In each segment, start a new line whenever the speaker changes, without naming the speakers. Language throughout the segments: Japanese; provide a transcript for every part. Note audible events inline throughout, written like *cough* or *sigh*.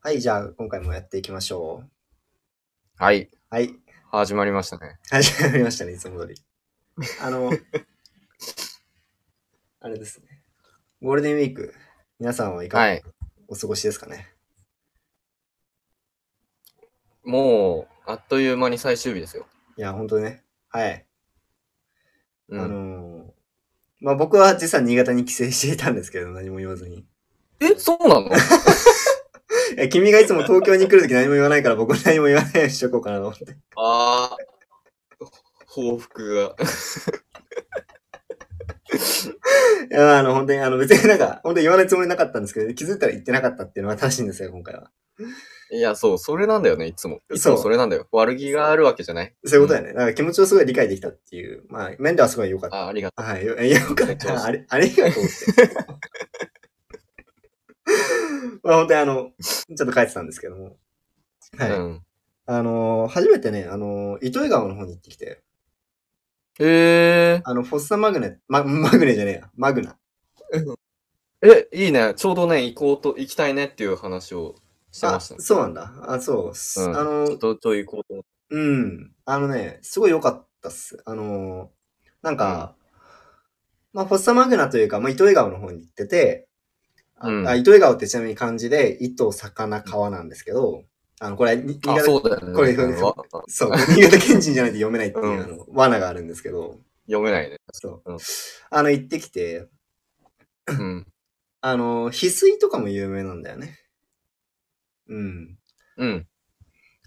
はい、じゃあ、今回もやっていきましょう。
はい。
はい。
始まりましたね。
始まりましたね、いつも通り。あの、 *laughs* あれですね。ゴールデンウィーク、皆さんはいかがお過ごしですかね。
もう、あっという間に最終日ですよ。
いや、ほんとね。はい。うん、あのー、まあ、僕は実は新潟に帰省していたんですけど、何も言わずに。
え、そうなの
君がいつも東京に来るとき何も言わないから、僕は何も言わないようにしとこうかなと思って。
ああ、報復が。
いや、あの、本当に、あの、別になんか、本当に言わないつもりなかったんですけど、気づいたら言ってなかったっていうのが正しいんですよ、今回は。
いや、そう、それなんだよね、いつも。いつもそれなんだよ。悪気があるわけじゃない
そういうことだよね。なんか気持ちをすごい理解できたっていう、まあ、面ではすごい良かった。
あ、ありがとう。
はい、よよかった。あれ、ありがとうって。 *laughs* まあ、本当にあの、ちょっと書いてたんですけども。はい。うん、あのー、初めてね、あのー、糸魚川の方に行ってきて。
へえ。
あの、フォッサマグネ、ま、マグネじゃねえや、マグナ。
え、いいね。ちょうどね、行こうと、行きたいねっていう話をしてました、ね、
そうなんだ。あ、そう。うん、あの、
ちょっと、ちょ行こうと思って。
うん。あのね、すごい良かったっす。あのー、なんか、うん、まあ、フォッサマグナというか、まあ、糸魚川の方に行ってて、あ、うん、糸魚川ってちなみに漢字で、糸、魚、川なんですけど、あの、これ、新潟、
そうだよね、
これ、そう、新潟県人じゃないと読めないっていう、あの、罠があるんですけど。
読めないね。
そう。あの、行ってきて、
うん。
あの、翡翠とかも有名なんだよね。うん。
うん。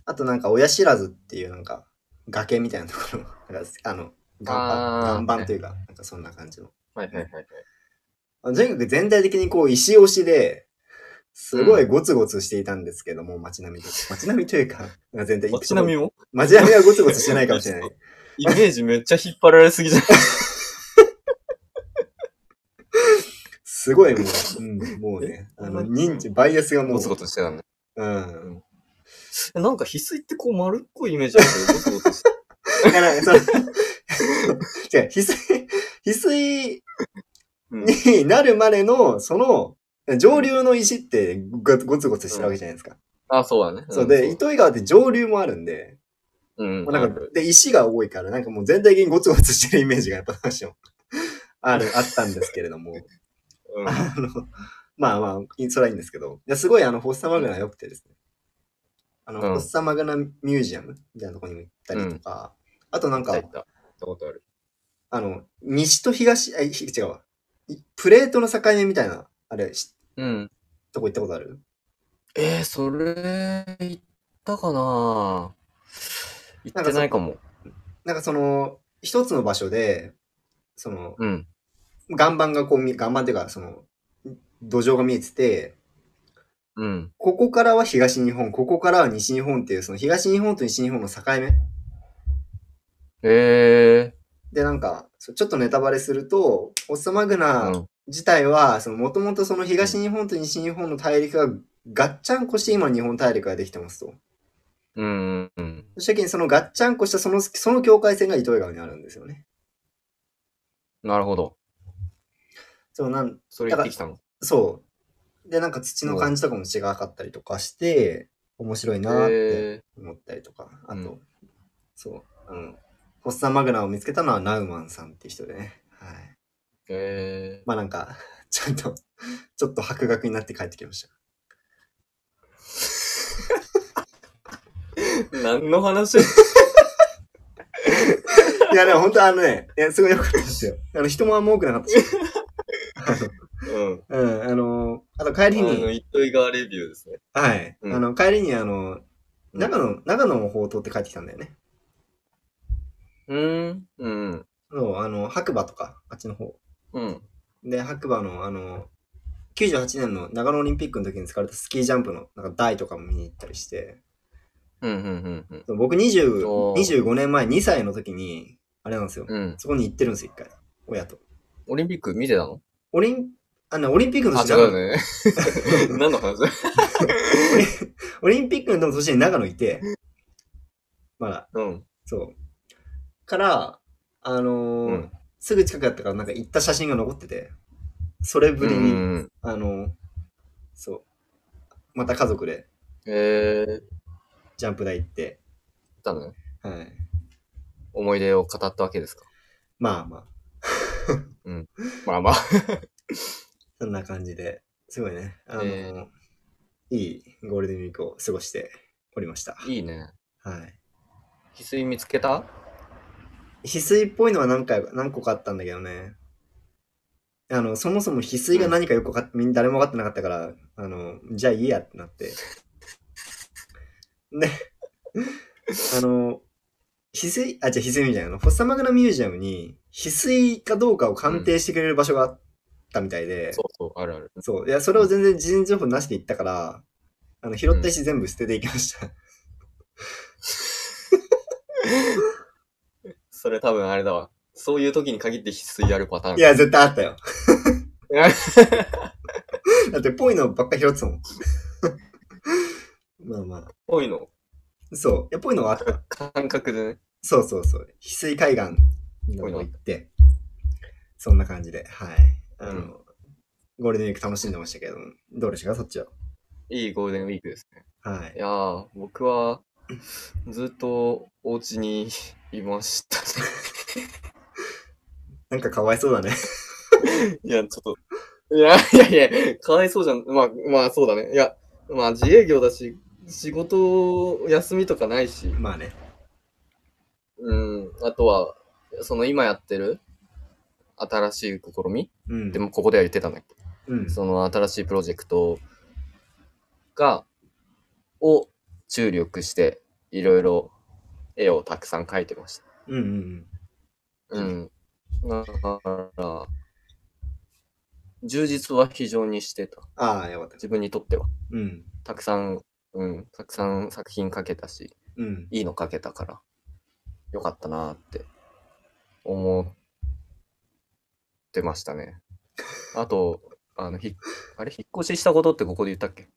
あとなんか、親知らずっていうなんか、崖みたいなところ、 *laughs* なんかあの、岩盤、岩盤というか、なんかそんな感じの。
はいはいはいはい。
とにかく全体的にこう石押しで、すごいゴツゴツしていたんですけども、うん、街並み
*laughs*
と。街並みというか、全体
街並みも
街並みはゴツゴツしてないかもし
*laughs*
れない。
イメージめっちゃ引っ張られすぎじゃない
すごいもう、うん、もうね、あの、認知、バイアスがもう。
ゴツゴツしてたんだ。
うん。
なんか翡翠ってこう丸っこいイメージあるけど、ゴツゴツして。
いや、 *laughs* なんかその、違う、翡翠、翡翠になるまでの、その、上流の石ってゴツゴツしてるわけじゃないですか。
うん、 *laughs* あ、そうだね。
そうで、糸魚川って上流もあるんで、
うん。
もうなんか、で、石が多いから、なんかもう全体的にゴツゴツしてるイメージがやっぱどうしても、あ *laughs* る、あったんですけれども、
うん、
あの、まあまあ、それはいいんですけど、いやすごいあの、フォッサマグナ良くてですね。あの、うん、フォッサマグナミュージアムみたいなとこにも行ったりとか、あとなんか、
行ったことある。
あの、西と東、あ、違うわ。プレートの境目みたいな、あれ、
うん。
とこ行ったことある
えー、それ、行ったかな行ってないかも。
なんかその、一つの場所で、その、
うん。
岩盤がこう、岩盤っていうか、その、土壌が見えてて、
うん。
ここからは東日本、ここからは西日本っていう、その東日本と西日本の境目。
えー。
で、なんか、ちょっとネタバレすると、オッサマグナ自体は、もともとその東日本と西日本の大陸がガッチャンコして今日本大陸ができてますと。
うん,うん。
そした時にそのガッチャンコしたその、その境界線が糸魚川にあるんですよね。
なるほど。
そう、なん、
それ行ってきたの
そう。で、なんか土の感じとかも違かったりとかして、面白いなって思ったりとか、あと、うん、そう、あの、ホッサンマグナを見つけたのはナウマンさんって人でね。はい。
えー、
まあなんか、ちゃんと、ちょっと博学になって帰ってきました。
*laughs* 何の話
いやでも本当あのね、いやすごい良かったですよ。あの人もあんま多くなかったし。
うん。
うん。あの、あと帰りに。
あの、糸魚川レビューですね。
はい。うん、あの、帰りにあの、長野、長野の方を通って帰ってきたんだよね。
うん。うん。
そう、あの、白馬とか、あっちの方。
うん。
で、白馬の、あの、98年の長野オリンピックの時に使われたスキージャンプのなんか台とかも見に行ったりして。
うんうんうん、
うん。僕20 25年前、2歳の時に、あれなんですよ。
うん、
そこに行ってるんですよ、一回。親と。
オリンピック見てたの
オリン、あの、オリンピックの
年違うね。 *laughs* 何の話
オリンピックの年に長野いて、まだ。
うん。
そう。から、あのーうん、すぐ近くだったからなんか行った写真が残ってて、それぶりに、あのー、そう、また家族で
えー、
ジャンプ台行って。
たのね。
はい。
思い出を語ったわけですか。
まあまあ、
まあまあ。
そんな感じで、すごいね、あの、
え
いいゴールデンウィークを過ごしておりました。
いいね。
はい。
翡翠見つけた
翡翠っぽいのは何回か何個かあったんだけどね。あの、そもそも翡翠が何かよくわかっみんな誰も分かってなかったから、あの、じゃあいいやってなって。で、 *laughs* あの、翡翠、あ、じゃあ翡翠ミュージアムの、フォッサマグナミュージアムに、翡翠かどうかを鑑定してくれる場所があったみたいで、
そうそう、あるある。
そう。いや、それを全然事前情報なしで行ったから、あの、拾った石全部捨てていきました。
それ多分あれだわ。そういう時に限って翡翠やるパターン。
いや、絶対あったよ。
いや
だって、ぽいのばっかり拾ってたもん。 *laughs* まあまあ。
多いの。
そう。いや、ぽいのはあった。
感覚でね。
そうそうそう。翡翠海岸のとこ行って、そんな感じで、はい。あの、
うん
ゴールデンウィーク楽しんでましたけど、どうでしたか、そっちは。
いいゴールデンウィークですね。
はい
い。やー、僕は、ずっとお家にいました
なんかかわいそうだね。 *laughs*
ね。いや、ちょっと、いやいやいや、かわいそうじゃん。まあ、まあそうだね。いや、まあ自営業だし、仕事、休みとかないし、
まあね。
うん、あとは、その今やってる、新しい試み
うん。
で、もここでは言ってたんだけど、
うん。
その新しいプロジェクトが、を注力して、いろいろ絵をたくさん描いてました。
うんうんうん。
うん。だから、充実は非常にしてた。
ああ、よかった。
自分にとっては。
うん。
たくさん、うん、たくさん作品描けたし、
うん。
いいの描けたから、よかったなーって思ってましたね。あと、あの、ひあれ、引っ越ししたことってここで言ったっけ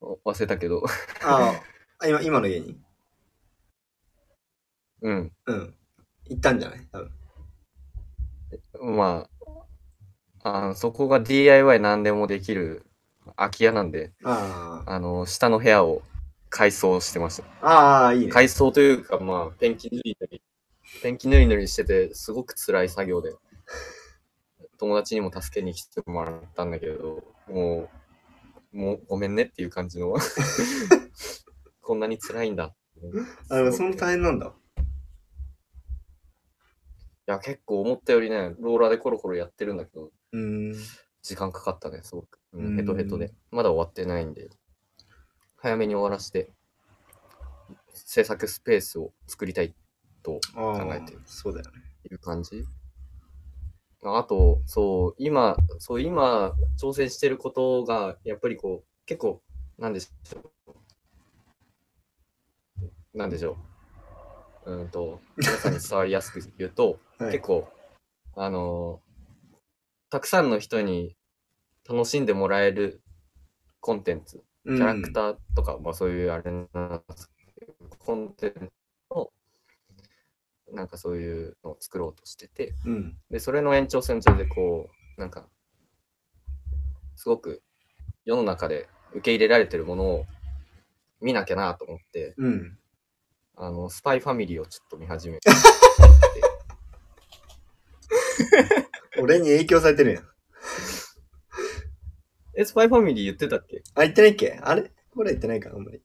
お忘れたけど、 *laughs*
ああ、今、今の家に
うん、
うん。行ったんじゃない多分。
まあ、あのそこが DIY 何でもできる空き家なんで、
あ
あの、下の部屋を改装してました。
あ。ああ、いいね。
改装というか、まあ、ペンキ塗り塗り、ペンキ塗り塗りしてて、すごく辛い作業で、友達にも助けに来てもらったんだけど、もう、もうごめんねっていう感じの、 *laughs* こんなに辛いんだって。
あの、その大変なんだ。
いや、結構思ったよりね、ローラーでコロコロやってるんだけど、
うーん。
時間かかったね、すごく。う
うん
ん、ヘトヘトで。まだ終わってないんで、早めに終わらせて、制作スペースを作りたいと
ああ
考えてる
そうだよね。
いう感じああと、そう、今、そう、今、挑戦してることが、やっぱりこう、結構、なんでしょう。なんでしょう。うーんと、皆さんに伝わりやすく言うと、
はい
結構、あのーたくさんの人に楽しんでもらえるコンテンツ、
キ
キャラクターとか、まあそういうあれなんですけど、コンテンツを、なんかそういうのを作ろうとしてて、
ー。うん。
で、それの延長線上でこう、なんか、すごく世の中で受け入れられてるものを見なきゃなと思って、
うん。
あの、スパイファミリーをちょっと見始めて、
俺に影響されてるやん。
え、スパイファミリー言ってたっけ
あ、言ってないっけあれこれ言ってないか、あんまり。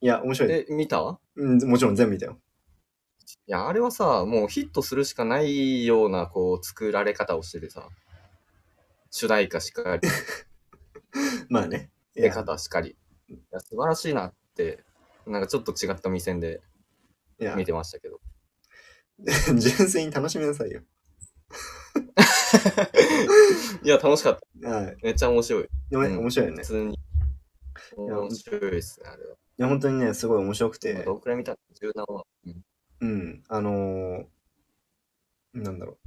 いや、面白いね。
え、見た
うん、もちろん全部見たよ。 *laughs*
いや、あれはさ、もうヒットするしかないような、こう、作られ方をしててさ、主題歌しかり、
まあね。い
出
や、
方しかり。いや、素晴らしいなって、なんかちょっと違った目線で
いや
見てましたけど。
*laughs* 純粋に楽しみなさいよ。
いや、楽しかった。
はい。
めっちゃ面白い。
でもね、
うん
面白いよね
普。通に。
や
面白いですね、あれは。
いや、本当にね、すごい面白くて
ど。んくらい見たの柔軟は。うん
うん。あのー、なんだろう。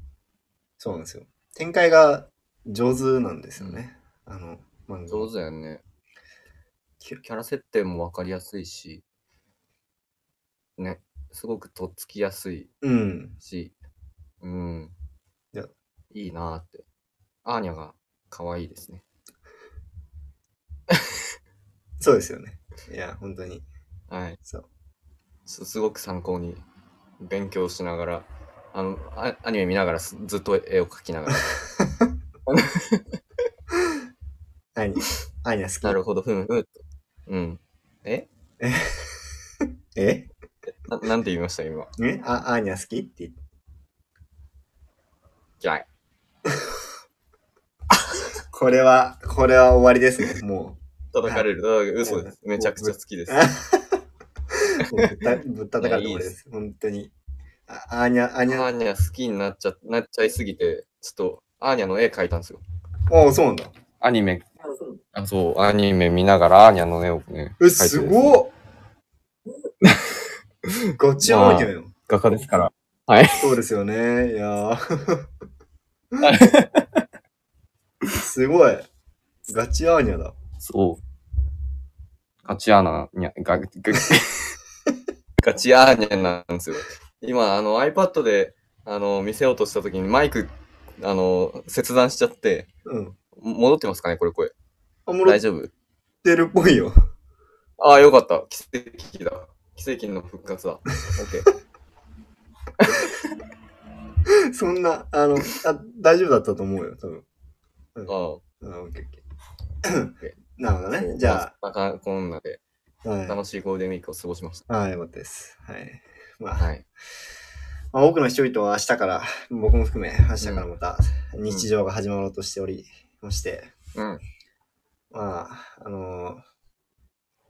そうなんですよ。展開が上手なんですよね。あの、漫画。
上手だよね。キャラ設定もわかりやすいし、ね、すごくとっつきやすい
うん。
し、うん。
いや
いいなーって。アーニャが可愛いですね。
そうですよね。いや、本当に。
はい。
そう。
すすごく参考に勉強しながら、あの、あアニメ見ながらすずっと絵を描きな
*laughs*
がら、
アニ、アニは好き。
なるほど、ふむふむと。うん。え
え
ななんて言いました今。
ねあ、アーニャ好きって言って。
嫌い。
これは、これは終わりですね。も
叩かれる。叩かれる嘘です。めちゃくちゃ好きです。
う、もうぶった、ぶったたかれて終わりです。本当に。あアーニャ、アーニ
アー
ャ、
ニャ好きになっちゃ、なっちゃいすぎて、ちょっと、アーニャの絵描いたんですよ。
おお、そうなんだ。
アニメ。あ、そう、アニメ見ながらアーニャの絵をね。
え、す
い
ごっガチアーニャよ。
画家ですから。
そうですよね。いやーすごい。ガチアーニャだ。
そう。ガチアーナ、にゃ、ガ、ガ *laughs* ガチアーニャなんですよ。今、あの、iPad で、あの、見せようとした時にマイク、あの、切断しちゃって、
うん。
も戻ってますかねこれ声。
あ、もらっ
大丈夫
てるっぽいよ。 *laughs*
ああ、よかった。奇跡だ。奇跡の復活だ。オッケ
*laughs*
ー。
そんな、あの、あ大丈夫だったと思うよ、多分。
あ
あ、オッケーオッケー
ケ。
*coughs* なるほど
あ
ね。じゃ
あ。まあこんなで、
あ、はい。
楽しいゴールデンウィークを過ごしまし
ああ、よかったです。はい。ま
た。
あ、
はい。
まあ、多くの人々は明日から、僕も含め、明日からまた日常が始まろうとしておりまして、
うん。
まあ、あのー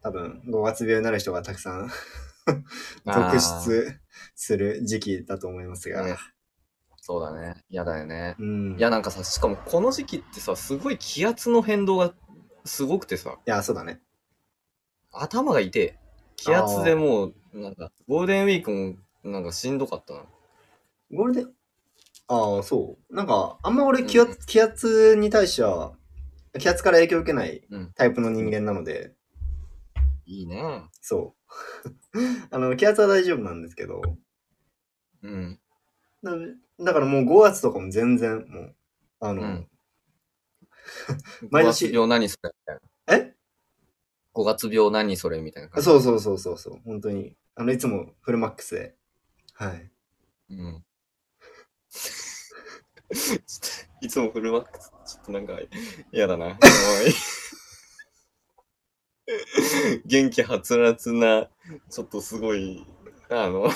多分5月病になる人がたくさん続出する時期だと思いますが、
ねそうだね。嫌だよね。
うん。
い
いや、
や、なんかさ、しかもこの時期ってさ、すごい気圧の変動がすごくてさ、
そうだね。
頭が痛え。気圧でもう、なんか、ゴールデンウィークも、なんかしんどかったな。
ゴールデン、ああ、そう。なんか、あんま俺気
うん
圧、気圧に対しては、気圧から影響を受けない
うん。
タイプの人間なので、
いいね。
そう。 *laughs* あの、気圧は大丈夫なんですけど、
うん。
だだからもう5月とかも全然、もう、あの、
うん
毎
5
年
月病何それみたいな。
え
?5 月病何それみたいな感じ。。
そううそうそうそうそう、本当に。あの、いつもフルマックスで。はい。
うん。ちょっといつもフルマックス、ちょっとなんか嫌だな。もういい元気はつらつな、ちょっとすごい、あの、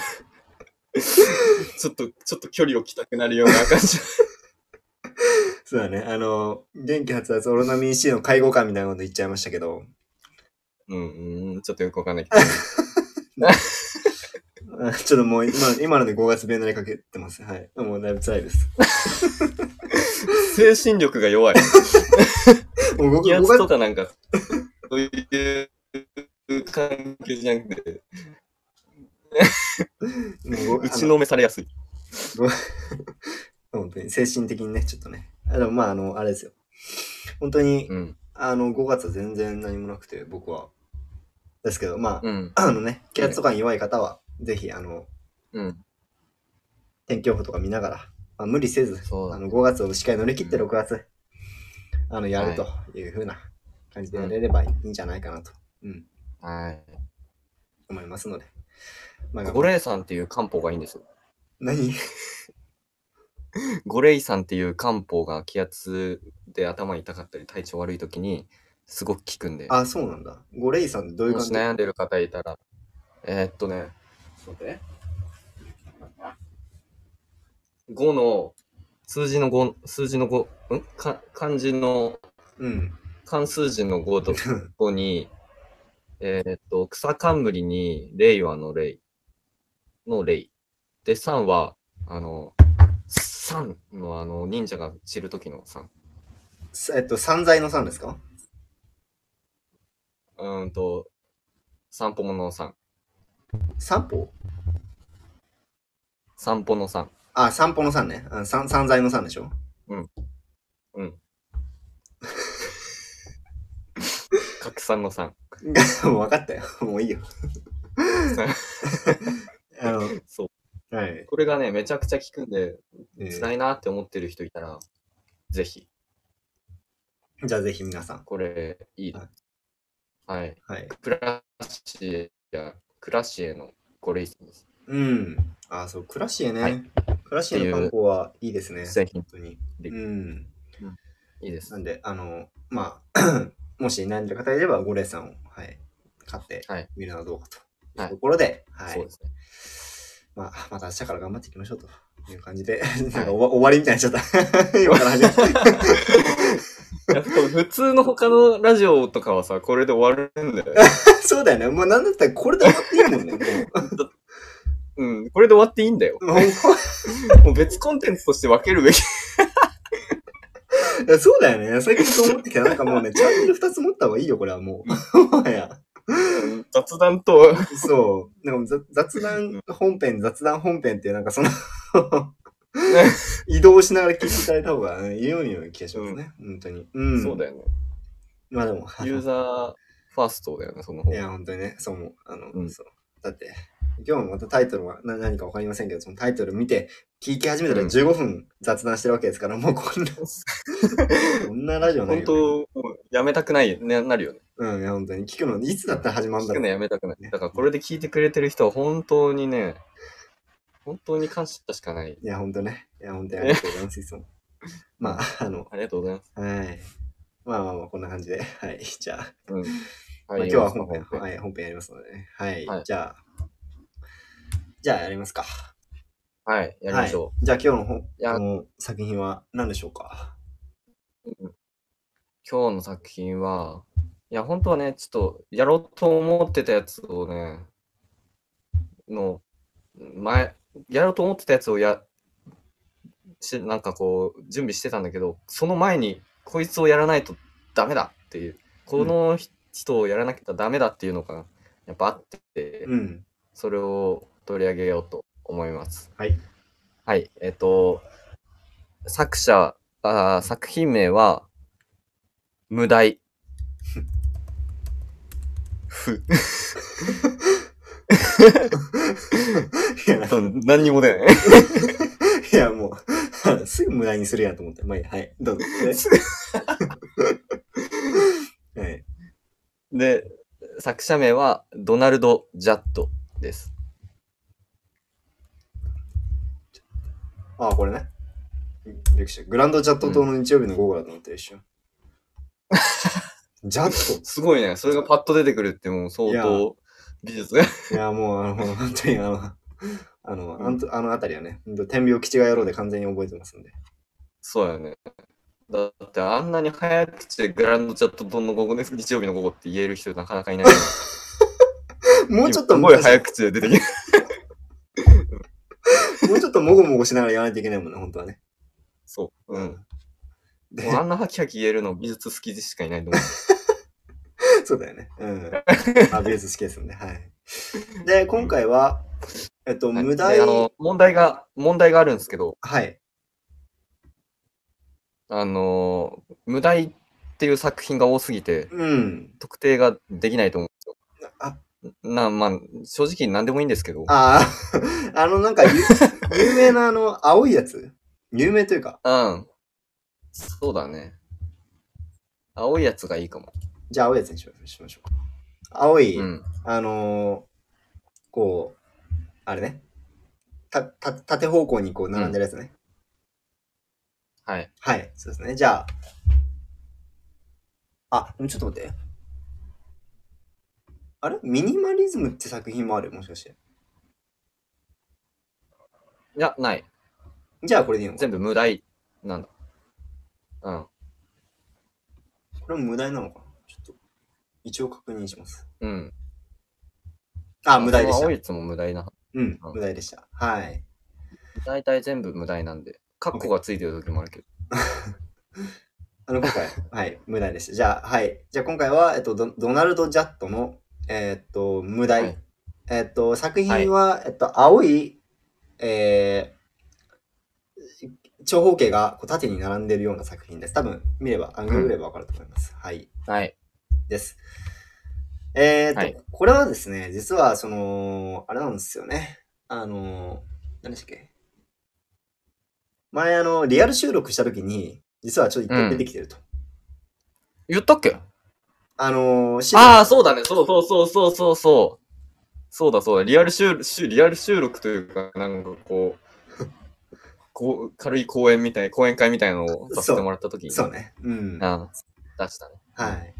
ちょっと、ちょっと距離を置きたくなるような感じ。
そうだね、あの、元気発達オロナミン C の介護官みたいなこと言っちゃいましたけど、
うん、うん、ちょっとよくわかんないけど。
あちょっともう今 *laughs* 今ので5月病になりかけてます。はい。もうだいぶ辛いです。
精神力が弱い。
もう 5,
気
5
圧
月、
とかなんか、そういう関係じゃなくて、
もう
打ちのめされやすい。
あの本当に精神的にね、ちょっとね。あでもまあ、あの、あれですよ。本当に、
うん。
あの、5月は全然何もなくて、僕は。ですけど、まあ、
うん。
あのね、気圧とかに弱い方は、ぜひ、あの、
うん。
天気予報とか見ながら、まあ、無理せず、
そうだ
あの、5月をしっかり乗り切って
うん
6月、あの、やるというふうな感じでやれればいいんじゃないかなと、うん、
はい。
思いますので。まあ、
ゴレイさんっていう漢方がいいんですよ。
何 *laughs*
ゴレイさんっていう漢方が気圧で頭痛かったり体調悪い時にすごく効くんで。
あ、そうなんだ。ゴレイさんってどういう
も
感
し
じ
悩んでる方いたら、えーっとね、ちょっと待って5の、数字の5、数字の5、んか漢字の、
うん。
漢数字の5と5に、えーっと、草冠に、令和の令の令。で、3は、あの、三のあの、忍者が散る時の3。
*laughs* えっと、散財の散ですか
うーんと、散歩者の3。
散歩
散歩の3。
あ、散歩の散ね。あ散散財の散でしょ
うん。拡散の3。
もう分かったよ。 *laughs* もういいよ。あの、
そう。
はい。
これがね、めちゃくちゃ効くんで、
えー
辛いなって思ってる人いたら、ぜひ、
じゃあぜひ皆さん、
これ、いい。
はい
はい。
はい。
クラシエや、クラシエの5レースです。
うん。あ、そう、クラシエね。
はい
クラシエの観光はいいですね。
製品
本当に。
で
うん。
いいです
な。んで、あの、まあ、 *coughs* もし悩んでる方いれば、ゴレさんを、はい、買って
はい
みるのはどうかとい
は
う
い
ところで、はい。
そうですね。
まあ、また明日から頑張っていきましょうという感じで、なんか終わ終わりみたいになっちゃった。 *laughs* 今から始めた。
いや普通の他のラジオとかはさ、これで終わるんだよね。
そうだよね。もうなんだったらこれで終わっていいも *laughs* んね。
うん、これで終わっていいんだよ。
もうもう
もう別コンテンツとして分けるべき。
いやそうだよね。最近そう思ってきた。なんかもう
*laughs*
ね、チャンネル2つ持った方がいいよ、これはもう。もはや。
うん雑談と、
そう。なんか雑雑談本編、雑談本編っていう、なんかそ
*laughs*
の、移動しながら聞いていただいた方が、ね、いいようにような気がしますね。本当に。うん。
そうだ
よ。
よね。
まあでも、
ユーザーファーストだよね、その
*laughs*
方
い。や、本当にね、そう思う。あの、
うん
そう。だって、今日もまたタイトルはな何かわかりませんけど、そのタイトル見て、聞き始めたら
うん
15分雑談してるわけですから、もうこん
*laughs*
な、こんなラジオない
本
よ、
当、もうやめたくない、ね、なるよね。
うん、いや、本当に。聞くの、いつだったら始まるんだ
聞
ろ
く
う。
のやめたくない。だからこれで聞いてくれてる人は本当にね、本当に感謝しかない。
いや、本当ね。いや、本当にありがとうございます、いつ
*laughs*
も。まあ、あの、
ありがとうございます。
はい。まあまあまあ、こんな感じで。はい。 *laughs* じゃあ、
うん。はい、
まあ、今日は本
本
編、
編。
はい、本編やりますのでね。はい。
はい
じゃあ、じゃあやりますか。
はい、やりましょ
じゃあ今日の本
う。いや
こ、の作品は何でしょうか
今日の作品は、いや、本当はね、ちょっと、やろうと思ってたやつをね、の、前、やろうと思ってたやつをや、しなんかこう、準備してたんだけど、その前に、こいつをやらないとダメだっていう、このひ人をやらなきゃダメだっていうのが、やっぱあって、
うん。
それを取り上げようと思います。
はい。
はい、えっ、と、作者あー、作品名は、無題。ふ、
いや、
*laughs* 何にも出ない。
いやもう、 *laughs* すぐ無駄にするやんと思って。まあいいや、はい。どうぞ。*laughs*
*laughs*
はい。
*laughs* で、作者名は、ドナルド・ジャッドです。
ああ、これね。びっくりした。グランドジャット島の日曜日の午後だと思って一 *laughs* 緒。ジャッ
すごいね。それがパッと出てくるって、もう相
いや
当技術ね。 *laughs*
トいや、もう、あの、本当にあの、あの、あのあの辺りはね、ほんと天秤基地が野郎で完全に覚えてますんで。
そうやね。だって、あんなに早口でグランドチャットどの午後です。日曜日の午後って言える人なかなかい *laughs* ない。
もうちょっと
すごい
く
早口で出てきて。
もうちょっともごもごしながら言わないといけないもんね、本当はね。
*laughs* そう。うん。
で
もうあんなハキハキ言えるの美術好きしかいないと思
そうだよね。 *laughs* うん。あ、美術好きですんで、はい。で、今回は、えっと、 *laughs*
う。
無
で
題、
あの、問題が、問題があるんですけど、
はい。
あのー、無題っていう作品が多すぎて、
うん。
特定ができないと思
あ、
う。な、まあ、正直何でもいいんですけど。
あー *laughs* あの、なんか、ゆ有名なあの、青いやつ有名というか、
うん。そうだね。青いやつがいいかも。
じゃあ青いやつにしましょうか。青い、
うん。
あのーこう、あれね。た、た、縦方向にこう並んでるやつね。
はい。
はい、そうですね。じゃあ。あ、でもちょっと待って。あれミニマリズムって作品もあるもしかして。
いや、ない。
じゃあこれでいいのか
全部無題なんだ。うん。
これも無題なのかなちょっと、一応確認します。
うん。
あ、無題でし
その
た
青い。やつも無題な。
うん
う、ん
無題でした。はい。
大体全部無題なんで。カッコがついてる時もあるけど。
あの、今回、 *laughs* はい、無題でした。じゃあ、はい。じゃあ今回は、えっと、ドドナルド・ジャットの、えーっと、無題。
はい
えっと、作品は、えっと、青い、えー長方形がこう縦に並んでるような作品です。多分、見れば、あの
うん
ググればわかると思います。はい。
はい。
です。えーっと、
はい
これはですね、実は、その、あれなんですよね。あの、何でしたっけ前、あの、リアル収録した時に、実はちょっと一回出てきてると。
言ったっけ
あのー、シム
ああ、そうだね。そうそうそうそうそうそう。そうだそうだ。リアル収収リアル収録というか、なんかこう、 *laughs* こう軽い講演みたい、講演会みたいのをさせてもらった時に、
そうね。うん。は
ああ出したね。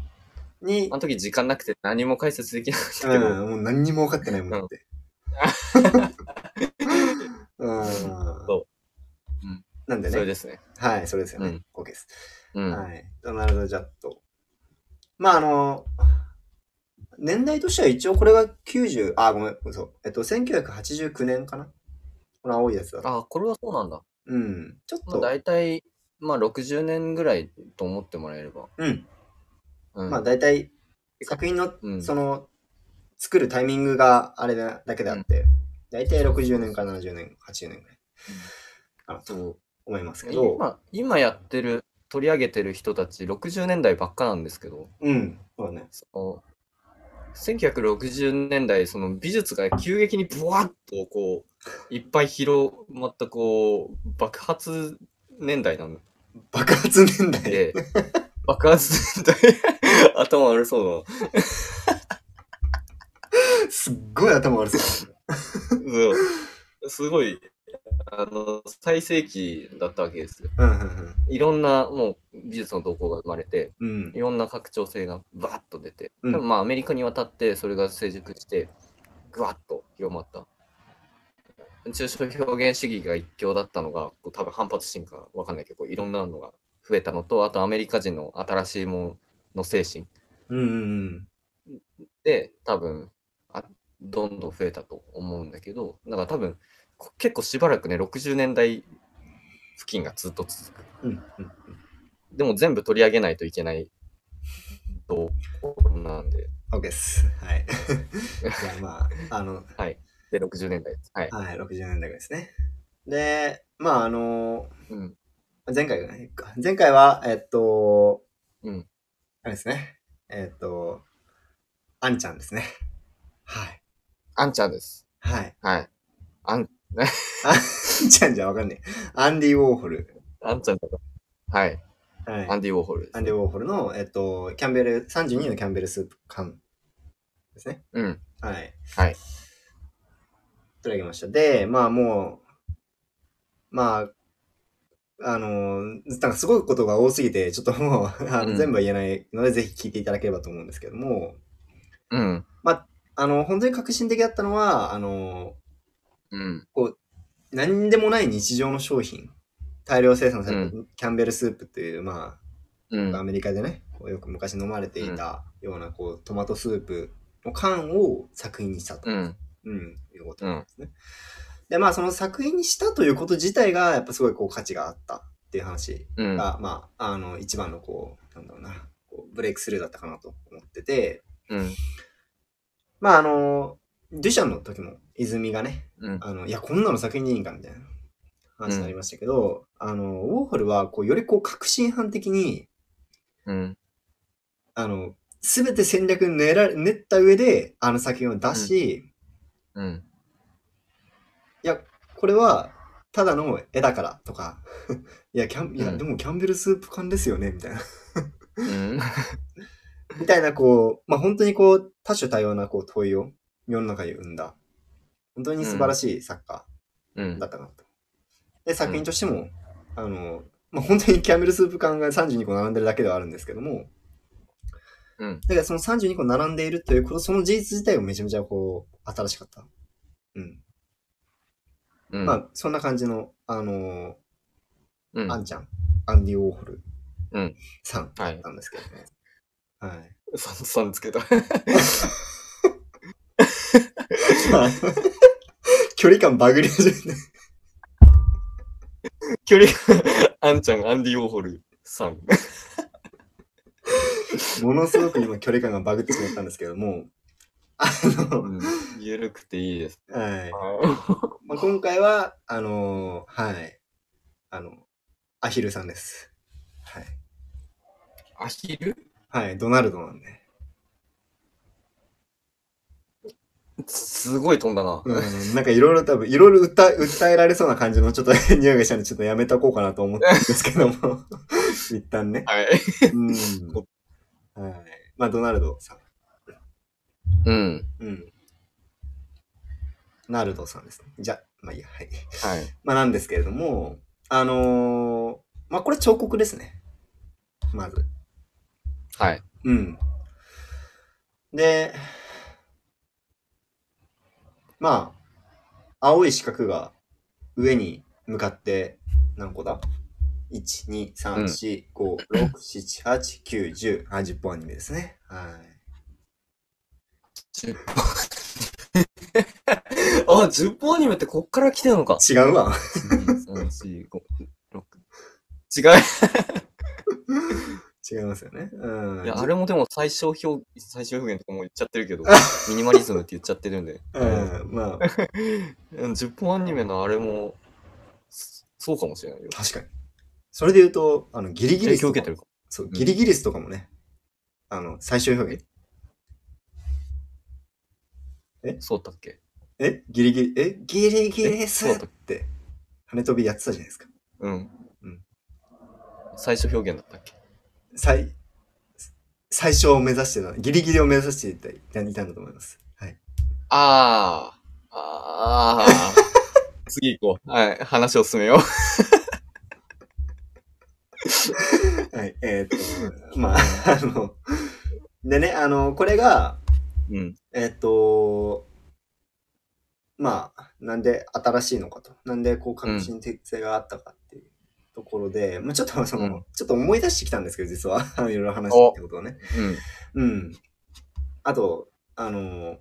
い。に
あ、の時時間なくて何も解説できなかった
う
け
ん
ど、、
もう何にも分かってないもんだって。うん。
そうう。ん
なんで
それ
ね。
ですね。
はい、それですよね。OK です。
うん。
はい。ドナルド・ジャット。まあ、あの、年代としては一応これが90、あ、ごめん、嘘。えっと、1989年かなこの青いやつだと。
ああ、これはそうなんだ。
うん。ちょっ
まあ、
と、
大体、まあ60年ぐらいと思ってもらえれば。
うん。
うん。
まあ、大体、作品の、
うん
その、作るタイミングがあれだだけであって、大体60年から70年、80年ぐらいかなと
そう
思いますけど、
今今やってる、取り上げてる人たち、60年代ばっかなんですけど、
うん。そうね。
その1960年代、その美術が急激にブワッとこう、いっぱい広まったこう、爆発年代なん
爆発年代。
で、爆発年代、頭悪そう
すっごい頭悪そう。
だな。そうすごい、あの、最盛期だったわけですよ。
うん、うん、
いろんなもう美術の動向が生まれて、
うん
い。ろんな拡張性がバーッと出て、
うん
多分まあアメリカに渡ってそれが成熟して、ぐわっと広まった。抽象表現主義が一強だったのが、こう多分反発心かわかんないけど、こういろんなのが増えたのと、あとアメリカ人の新しいものの精神
うん、うんうん。
で、多分あどんどん増えたと思うんだけど、だから多分こ結構しばらくね、60年代付近がずっと続く。
うん、うん。
でも全部取り上げないといけない動向なんで、
OK です。はい。 *laughs* じゃあまあ、あの、
で、60年代です。はい。
はい、60年代ぐらいですね。で、まああの、
うん。
前回がないか。前回は、えっと、
うん。
あれですね。えっと、アンちゃんですね。はい。
あんちゃんです。
はい。
はい。
ア
あん、
ンちゃんじゃわかんねえ。アンディ・ウォーホル。
あんちゃんだから。はい。
はい。
アンディ・ウォーホルです
アンディ・ウォーホルの、えっと、キャンベル、32のキャンベルスープ缶ですね。
うん。
はい。
はい。
取り上げました。で、まあもう、まあ、あの、なんかすごいことが多すぎて、ちょっともうあの、
うん
全部は言えないので、ぜひ聞いていただければと思うんですけども、
うん。
あの、本当に革新的だったのは、あの、
うん。
何でもない日常の商品、大量生産された、
う
キャンベルスープっていう、ま
う
あ、ア
ん。
メリカでね、こうよく昔飲まれていたような、こう、トマトスープの缶を作品にしたと。
うん。
うん、いうこと
うん。
で、まあその作品にしたということ自体が、やっぱすごいこう価値があったっていう話
うん。
が、まあ、あの、一番のこう、なんだろうな、こうブレイクスルーだったかなと思ってて、
うん。
まああの、デュシャンの時も泉がね、
うん。
あの、いや、こんなの作品でいいんかみたいな話になりましたけど、あの、ウォーホルは、こう、よりこう、革新犯的に、
うん。
あの、すべて戦略練ら練った上で、あの作品を出し、
うん。
いや、これは、ただの絵だからとか、 *laughs* いや、キャン、いや、
うん
でもキャンベルスープ缶ですよね、みたいな。 *laughs*
うん。
みたいな、こう、まあ、本当にこう、多種多様なこう問いを世の中に生んだ。本当に素晴らしい作家
うん
だ。ったなと。で、作品としても、あの、まあ、本当に *laughs* キャンベルスープ缶が32個並んでるだけではあるんですけども、
うん
だからその32個並んでいるということ、その事実自体がめちゃめちゃこう、新しかった。うん。
うん。
まあ、そんな感じの、あの
うん
アンちゃん、アンディ・ウォーホル
うん
さん
はい。
なんですけどね。はい。
*laughs* さん、さんつけた。
*laughs*
*laughs*
距離感バグり始めて。
距離が、 *laughs* あんちゃん、アンディ・ウォーホルさん。
ものすごく今距離感がバグってしまったんですけども、あの、
うん。ゆるくていいです。
はい。
は
まあ、今回は、あのはい。あの、アヒルさんです。はい。
いアヒル
はい、ドナルドなんで。
すごい飛んだな。
うん、なんかいろいろ多分、いろいろ訴え、訴えられそうな感じのちょっと *laughs* 匂いがしたんで、ちょっとやめとこうかなと思ったんですけども、一旦ね。
はい。
うん。はい。まあ、ドナルドさん。
うん。
うん。ナルドさんですね。じゃ、まあいいや、はい。
はい。
まあなんですけれども、あのーまあこれ彫刻ですね。まず。
はい。
うん。で、まあ、青い四角が上に向かって何個だ ?1、2、3、4、5、6、7、8、9、10。あ、10本アニメですね。はい。
10本。 *laughs* あ、10本アニメってこっから来てるのか。
違うわ。 *laughs*
1 2 3 4 5 6違
違いますよね。うん。
う。いや、あれもでも最小表、最小表現とかもう言っちゃってるけど、ミニマリズムって言っちゃってるんで。
うん、まあ、
うん、10本アニメのあれも、そそうかもしれないよ。
確かに。それで言うと、あの、ギリギリ
影
ス
響
と
受け
か
て、るか。
そう、
ん
ギリギリスとかもね、あの、最終表現。
そうだったっけ
えギリギリ、えギリギリス
え
っ
そうだ
て、跳ね飛びやってたじゃないですか。
うん。
うん
最初表現だったっけ
最、最小を目指してた、ギリギリを目指していたいたいたんだと思います。はい。
ああ。ああ。次行こう。はい。話を進めよう。
はい、えーっと、まあ、あの、でね、あの、これが、
うん。
えーっと、まあ、なんで新しいのかと。なんでこう革新的性があったかっていうところで、まあちょっとその、
うん
ちょっと思い出してきたんですけど、実は。あ *laughs* のいろいろ話してってことをね。
うん。
うん。あと、あのー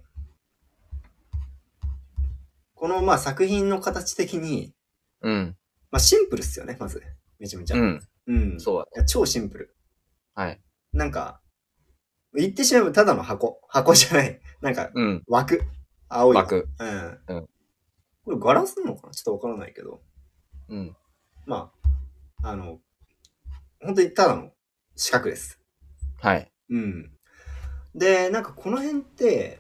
このまあ作品の形的に、
うん。
まあシンプルっすよね、まず。めちゃめちゃ。
うん。
うん
そう
い
だ。
や超シンプル。
はい。
なんか、言ってしまえばただの箱。箱じゃない。なんか、
うん。
枠。青い。
枠。
うん。
うん
これガラスなのかなちょっとわからないけど。
うん。
まあ、あの、本当にただの四角です。
はい。
うん。で、なんかこの辺って、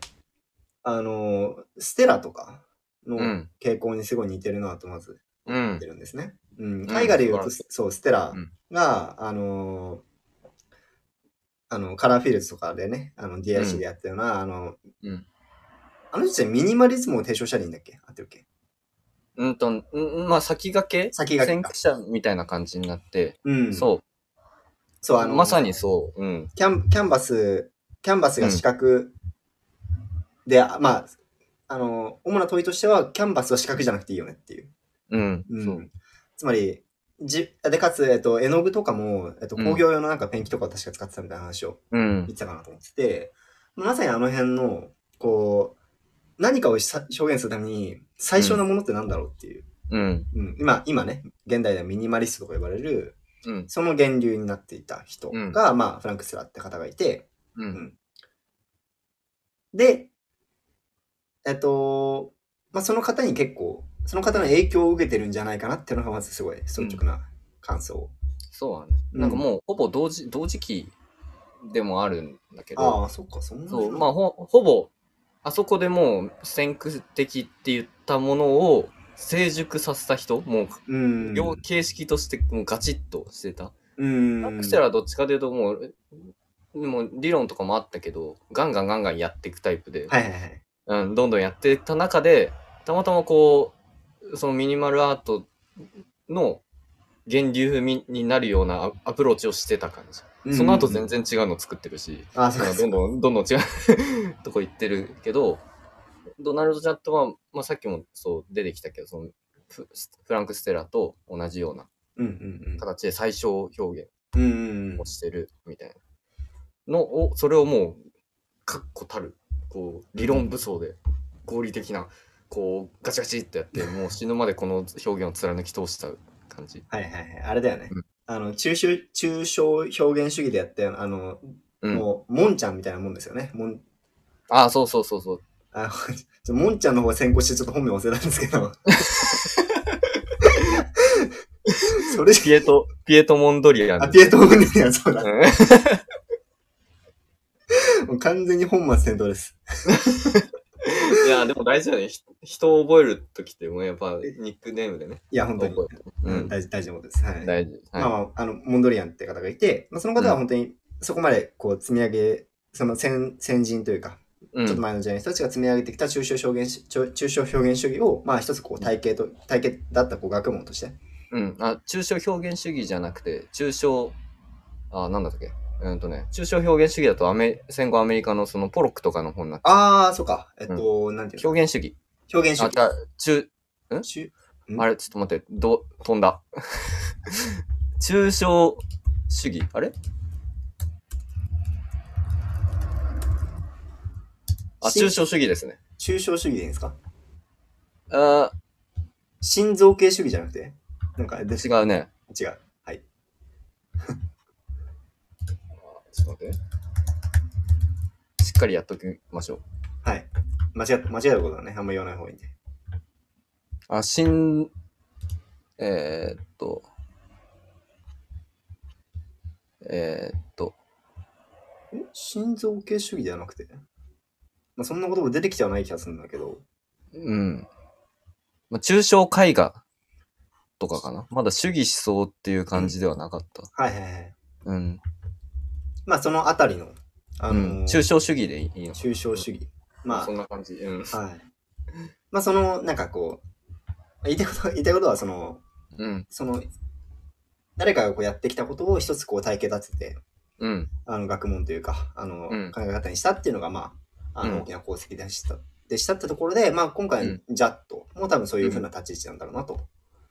あの、ステラとかの
うん
傾向にすごい似てるなとまず
う
言っ
ん
て。るんですね。うん。
ん
絵画で言うと、
素晴
そう、ステラ
うん
が、あの、あの、カラーフィールズとかでね、あの、DIC でやったような、あの、
うん
あの人たちミニマリズムを提唱したらいいんだっけ合ってるっけ
うんと、うんまあ、先駆け
先駆け
先
か
駆者みたいな感じになって、
うん。う。
そ
そう、あ
う。
の、
まさにそう。うん。
キャンキャンバス、キャンバスが四角で、あまあ、あの、主な問いとしては、キャンバスは四角じゃなくていいよねっていう。
うん。
うん
そう。
つまり、じで、かつ、えっと、絵の具とかも、えっと、工業用のなんかペンキとかを確か使ってたみたいな話を
うん
言っ。てたかなと思ってて、まさにあの辺の、こう、何かをさ表現するために、最小なものってなんだろうっていう。
うん。
うん、今、今ね、現代ではミニマリストとか呼ばれる、
うん。
その源流になっていた人が、まあ、フランク・スラーって方がいて、
うん。
で、えっと、まあ、その方に結構、その方の影響を受けてるんじゃないかなっていうのがまずすごい率直な感想。
そうだね。
うん
なんかもう、ほぼ同時、同時期でもあるんだけど、
ああ、そっか、そんな
そう、まあ、ほ、ほぼ、あそこでもう、先駆的って言ったものを成熟させた人、もう、
うん。
両形式としてもうガチッとしてた。
うん。
アクセラはどっちかというともう、もう理論とかもあったけど、ガンガンガンガンやっていくタイプで、
はいはいはい。
うん、どんどんやっていった中で、たまたまこう、そのミニマルアートの源流みになるようなアアプローチをしてた感じ。その後全。然違うの作ってるし、
ああ、そっか。
どんどん、どんどん違う *laughs* とこ行ってるけど、ドナルド・ジャットは、まあ、さっきもそう出てきたけど、そのフフランク・ステラと同じような
うんうん
形で最小表現
うん。うん。
をしてるみたいなのを、それをもう、確固たる、こう、理論武装で合理的な、こう、ガチガチってや
*laughs*
って、もう死ぬまでこの表現を貫き通した感じ。
はいはいはい。あれだよね
う。
あの、抽象、抽象表現主義でやったような、あの、
うん。
もう、もんちゃんみたいなもんですよね。もん、
ああ、そうそうそうそう。
あ、ちょもんちゃんの方が先行してちょっと本名忘れたんですけ *laughs* ど。それじゃ
ピエト、ピエト・モンドリアン。
あ、ピエトロ・ムネリアン、そうだ。 *laughs*
うん
もう完全に本末転倒です。
いや、でも大事だよね。ひ人を覚えるときって、もうやっぱ、ニックネームでね。
いや、本当に。
覚える。う
うん、
ん。
大事、大事なことです。はい。
大事。
まあ
は
まあ、あの、モンドリアンって方がいて、まあ、その方は本当にそこまでこう積み上げその先先人というか、
うん
ちょっと前の時代の人たちが積み上げてきた抽象表現し抽抽象表現主義を、まあ一つこう体系と、体系だったこう学問として。
うん、あ、抽象表現主義じゃなくて、抽象、あ、なんだったっけうんとね、抽象表現主義だとアメ、戦後アメリカのそのポロックとかの本になって
ああ、そうか。えっと、なんていうの
表現主義。
表現主
あ、じゃあ、中、
義。うん
あれ、ちょっと待って、ど、飛んだ。 *laughs* 抽象主義、あれあ、
し
抽象主義ですね。
抽象主義でいいんですか
あ
心臓系主義じゃなくてなんか、で
ー違うね。
違う。
ちょっと待って。しっかりやっときましょう。
はい。間違った、間違えたことはね、あんま言わない方がいいんで。
あ、しん、えー、っと、えー、っと、
え心臓系主義ではなくてまあ、そんなことも出てきてはない気がするんだけど。
うん。まあ、抽象絵画とかかな。まだ主義思想っていう感じではなかった。
はいはいはい。
うん。
まあ、そのあたりの、あのー
うん、抽象主義でいいの
抽象主義。まあ
そん、な感じ。うん。
はい。まあ、その、なんかこう、言いたいこと、言いたいことは、その、
うん。
その、誰かがこうやってきたことを一つこう体系立てて、
うん。
あの、学問というか、あの、
うん
考え方にしたっていうのが、まあ、あ
う
の、
ん
大きな功績でした。でしたってところで、まあ、今
う
回
ん、
ジャットもう多分そういうふうな立ち位置なんだろうなと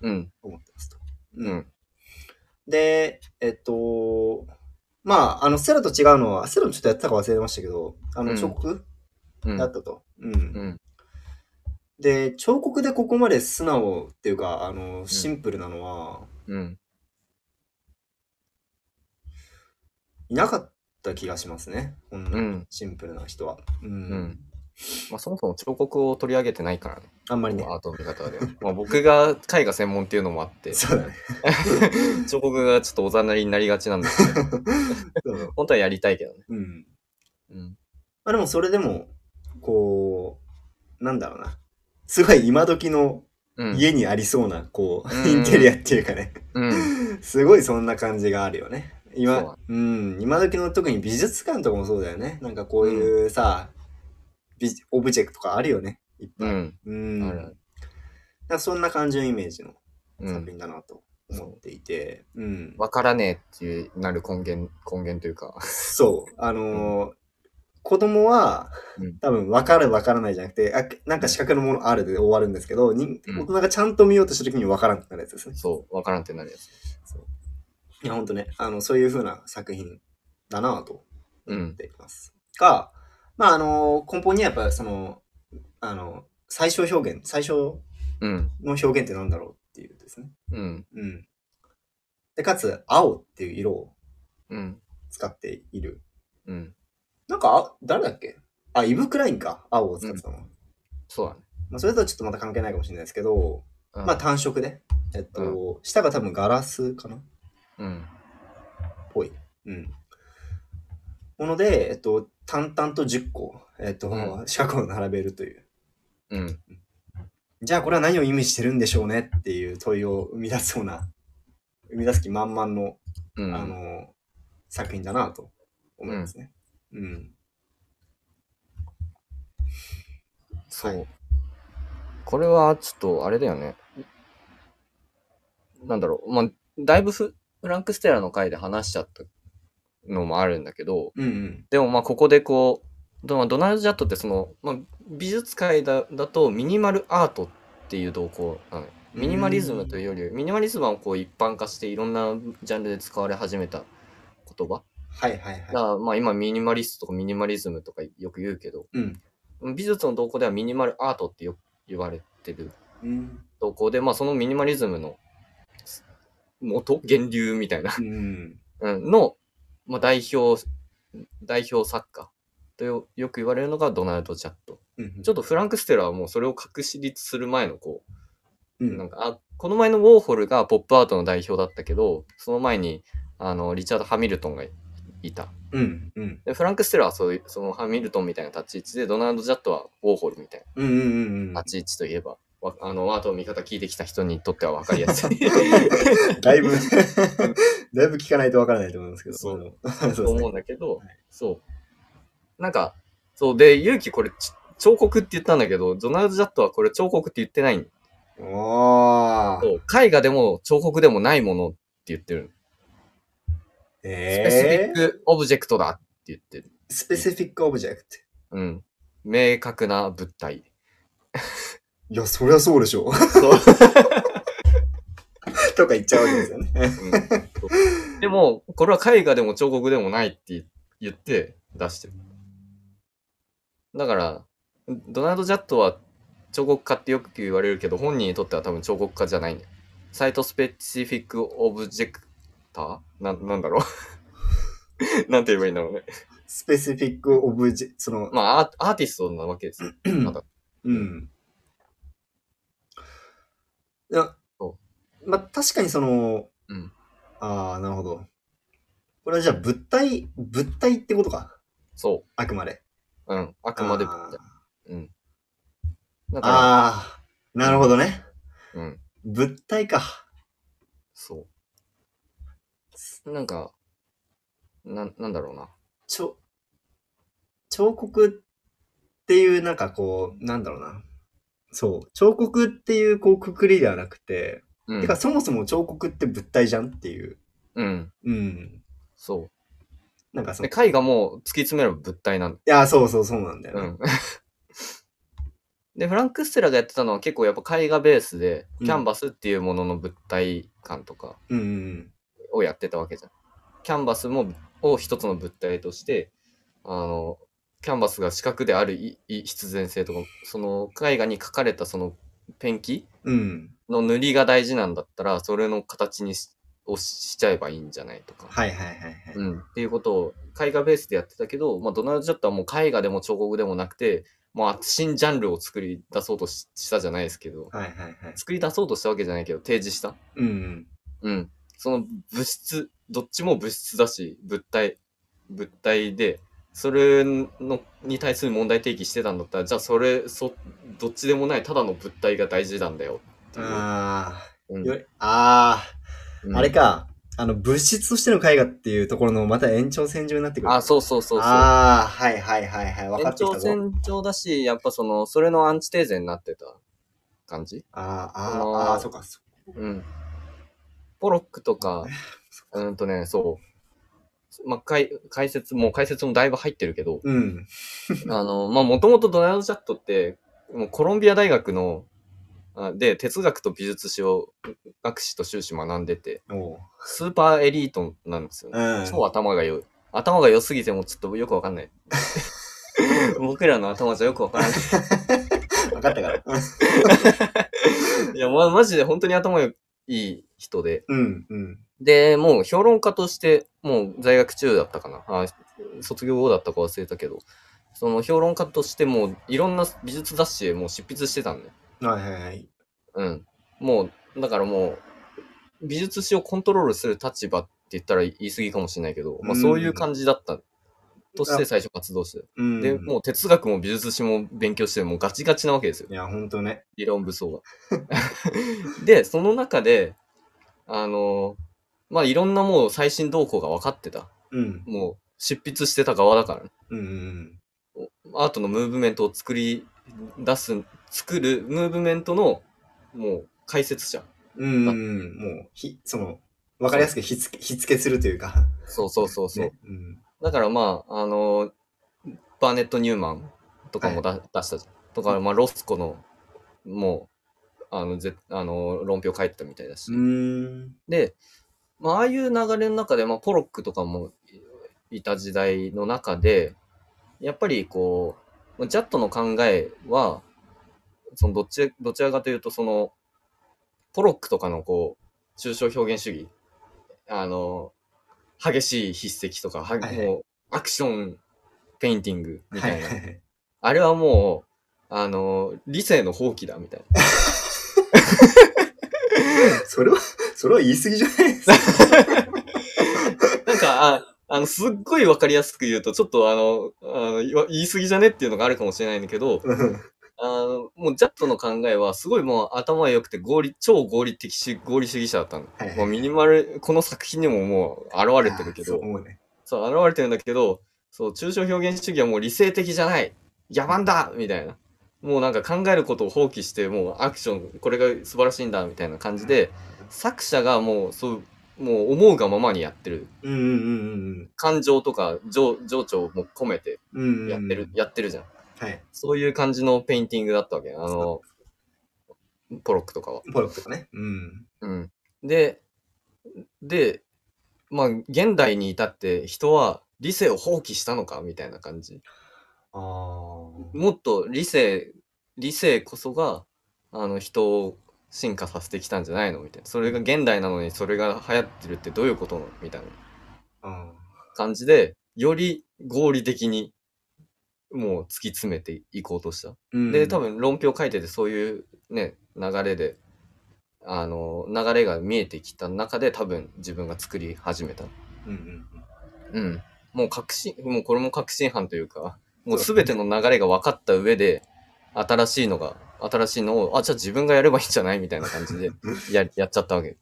うん。
思ってますと。
うん。
で、えっと、まあ、あの、セラと違うのは、セラもちょっとやってたか忘れましたけど、あ
う
の、
ん
彫刻
うん。
だったと。うん。
うん。
で、彫刻でここまで素直っていうか、あの、シンプルなのは、
うん。
いなかった気がしますね。こん
う。
なんシンプルな人は。うん。
うんまあ、そもそも彫刻を取り上げてないからね。
あんまりね。
アートの見方では。まあ、僕が絵画専門っていうのもあって、
そうだね。
彫刻がちょっとおざなりになりがちなんですけど、
そう
本当はやりたいけどね。
うん。
うん。
まあでも、それでも、こう、なんだろうな。すごい今時の
うん。
家にありそうな、こう、
うん
インテリアっていうかね。
うん。
すごいそんな感じがあるよね。
そうだ
今、うん、今時の特に美術館とかもそうだよね。なんかこういうさ、美オブジェクトとかあるよね。いっ
う
ぱい。うん。
ん。あるあ
だ
る
からそんな感じのイメージの
う
作
ん。
品だなと思っていて、うん。
わからねえっていうなる根源、根源というか。 *laughs*
そう、あのー子供は
うん
多分分かる分からないじゃなくて、あなんか資格のものあるで終わるんですけど、人
うん
大人がちゃんと見ようとした時に分からなくなるやつですね。
そう、わからんってなるやつ。
いや、ほんとね、あの、そういう風な作品だなぁと
うん
思っています。が、まあ、あの、根本にはやっぱその、あの、最小表現、最小
うん。
の表現ってなんだろうっていうですね。
うん。
うん。で、かつ、青っていう色を
うん。
使っている。
うん。
なんか、あ誰だっけあ、イブ・クラインか。青を使ってたのは。
そうだね。
まあ、それとはちょっとまた関係ないかもしれないですけど、
うん
まあ、単色で。えっと、下が多分ガラスかな
うん。
ぽい。うん。もので、えっと、淡々と10個、えっと、
う
四角を並べるという。
うん。
じゃあこれは何を意味してるんでしょうねっていう問いを生み出すような、生み出す気満々の、
う
あ
ん。
の、作品だなと思いますね。うん。
そう。これはちょっとあれだよね。なんだろう。まあ、だいぶフフランク・ステラの回で話しちゃったのもあるんだけど、
うんうん。
でもまあここでこう、どまあドナルド・ジャットってその、まあ、美術界だだとミニマルアートっていう動向なのよミニマリズムというより、ミニマリズムはこう一般化していろんなジャンルで使われ始めた言葉。
はいはいは
だからまあ今ミニマリストとかミニマリズムとかよく言うけど、
い。うん。
美術の動向ではミニマルアートってよく言われてる
うん。
動向で、まあそのミニマリズムの元源流みたいな *laughs*
うん。
うんの、まあ、代表、代表作家とよよく言われるのがドナルド・ジャット。
うん
ちょっとフランク・ステラはもうそれを確立する前のこ
う
う、なん
ん。
か、あ、この前のウォーホルがポップアートの代表だったけど、その前に、あの、リチャード・ハミルトンがいた。
うん。うん。
で、フランク・ステラはそういう、そのハミルトンみたいな立ち位置で、ドナルド・ジャットはウォーホルみたい
うん。うん。うん。
な立ち位置といえば、わあの、アートの見方聞いてきた人にとっては分かりや
*laughs*
すい。
だい *laughs* ぶ、だいぶ聞かないとわからないと思いますけど。
そう
あの。そう
と
です
思う
ね
んだけど、
は
そう。なんか、そう、で、勇気これち、彫刻って言ったんだけど、ジョナルド・ジャットはこれ彫刻って言ってないん
おー。
そう絵画でも彫刻でもないものって言ってる。スペシフィ
えー、
ック・オブジェクトだって言ってる。
スペシフィックオブジェクト。
うん。明確な物体。
いや、そりゃそうでしょ。
そう
*laughs* とか言っちゃうわけですよね。
うんそうでも、これは絵画でも彫刻でもないって言って出してる。だから、ドナルド・ジャットは彫刻家ってよく言われるけど、本人にとっては多分彫刻家じゃないんだよ。サイトスペシフィック・オブジェクターな、なんだろうなんて言えばいいんだろうね。
スペシフィックオブジェ、その、
まあ、アーアーティストなわけですよ。まだ
うん。いや
そ、
まあ、確かにその、
うん
ああ、なるほど。これはじゃあ物体、物体ってことか。
そ
あくまで。
う。うん。あくまで
あー
うん。だか
あー、なるほどね。
ら、うん。
物体か。
そう。なんか、なん、なんだろうな。
ちょ、彫刻っていうなんかこう、なんだろうな。そう。彫刻っていうこうくくりではなくて、
うん。
てかそもそも彫刻って物体じゃんっていう。
うん。
うん。
そ
なんか
う。
その、
で
い、
絵画も突き詰めれば物体なんだ
や、そうそうそうなんだよ
う
ね。
ん。 *laughs* で、フランク・ステラがやってたのは結構やっぱ絵画ベースで、
う
キ
ん
ャンバスっていうものの物体感とか
うんうん
をやってたわけじゃん。キャンバスも、を一つの物体として、あの、キャンバスが四角であるいい必然性とか、その絵画に描かれたそのペンキ
うん。うん。
の塗りが大事なんだったら、それの形にしをしちゃえばいいんじゃないとか。
はいはいはいはい。
うん、っていうことを絵画ベースでやってたけど、まあ、ドナルド・ジャットはもう絵画でも彫刻でもなくて、まあ、新ジャンルを作り出そうとししたじゃないですけど、
はいはいはい。
作り出そうとしたわけじゃないけど、提示した。
うんうん。
うん。その物質、どっちも物質だし、物体、物体で、それのに対する問題提起してたんだったら、じゃあそれ、そ、どっちでもないただの物体が大事なんだよっていう。
あ
う
あ、
ん
より、あ
うん
あ、あれか。あの、物質としての絵画っていうところのまた延長線上になってくる。
あ、そうそうそうそう。
ああ、はいはいはいはい。分かっ
延
てき
長
たぞ。
線上だし、やっぱその、それのアンチテーゼになってた感じ
あー
あ
あ
の
ー、
ー
ああー、そうか、そう
うん。ポロックとか、うーんとね、そう。まあ、解解説、もう解説もだいぶ入ってるけど、
うん。
あの、まあ、もともとドナルド・ジャットって、もうコロンビア大学の、あで、哲学と美術史を学士と修士学んでて、
おう。
スーパーエリートなんですよね。
うん。
超頭が良い。頭が良すぎてもちょっとよくわかん
*laughs*
ない。僕らの頭じゃよくわからない。 *laughs*
分かったから。
いや、ま、マジで本当に頭良い人で、
うん、うん。
で、もう評論家として、もう在学中だったかな。あ卒業後だったか忘れたけど、その評論家としてもういろんな美術雑誌へもう執筆してたんだよ。
はいはいはい。
うん。もう、だからもう、美術史をコントロールする立場って言ったら言い過ぎかもしれないけど、まあ
うん
そういう感じだった。として最初活動してる。
うん。
で、もう哲学も美術史も勉強して、もうガチガチなわけですよ。
いや、ほんとね。
理論武 *laughs* 装が。で、その中で、あの、まあ、いろんなもう最新動向が分かってた。
うん。
もう、執筆してた側だからね、
うんうん
アートのムーブメントを作り出す、作るムーブメントの、もう、解説者。
うん。うんうんうん。もう、ひ、その、分かりやすくひつけ、ひつけするというか。
そうそうそうそう。
ね。うん。
だからまあ、あの、バーネット・ニューマンとかもだ、出したじゃん。とか、まあ、ロスコの、もう、あの、ぜあの論評書いてたみたいだし。
うーん。
で、まあ、ああいう流れの中で、まあ、ポロックとかもいた時代の中で、やっぱりこうまあ、ジャットの考えは、そのどっち、どちらかというと、その、ポロックとかのこう、抽象表現主義、あの、激しい筆跡とか、は
はいはい
もう、アクション、ペインティングみ
は
た
い
いな
は。い。 *laughs*
あれはもう、あの、理性の放棄だ、みたいな。
それは、それは言い過ぎじゃない
*laughs*
ですか。
なんか、ああの、すっごいわかりやすく言うと、ちょっとあの、あの言わ言い過ぎじゃねっていうのがあるかもしれないんだけど、
うん
あの、もうジャットの考えはすごいもう頭良くて合理、超合理的し、合理主義者だったの。
はいはい
もうミニマル、この作品にももう現れてるけ
そう
ど、
思うね。
そう、現れてるんだけど、そう、抽象表現主義はもう理性的じゃない野蛮だみたいな。もうなんか考えることを放棄して、もうアクション、これが素晴らしいんだみたいな感じで、作者がもう、そう、もう思うがままにやってる。
うんうんうん
感情とか情情緒も込めて
うんうんうん。
やってる、。やってるじゃん。
はい。
そういう感じのペインティングだったわけ。あの、ポロックとかは。
ポロックとかね。うん。
うん。で、で、まあ、現代に至って人は理性を放棄したのかみたいな感じ。
ああ。
もっと理性、理性こそが、あの、人を進化させてきたんじゃないのみたいな。それが現代なのにそれが流行ってるってどういうことなのみたいな
あ
感じで、より合理的に、もう突き詰めていこうとした。
ー
で、多。分論評書いててそういうね、流れで、あの、流れが見えてきた中で多分自分が作り始めた。
うんうん
うん。もう確信、もうこれも確信犯というか、もう
そうだ
全ての流れが分かった上で、新しいのが、新しいのを、あ、じゃあ自分がやればいいんじゃないみたいな感じでや、やっちゃったわけ。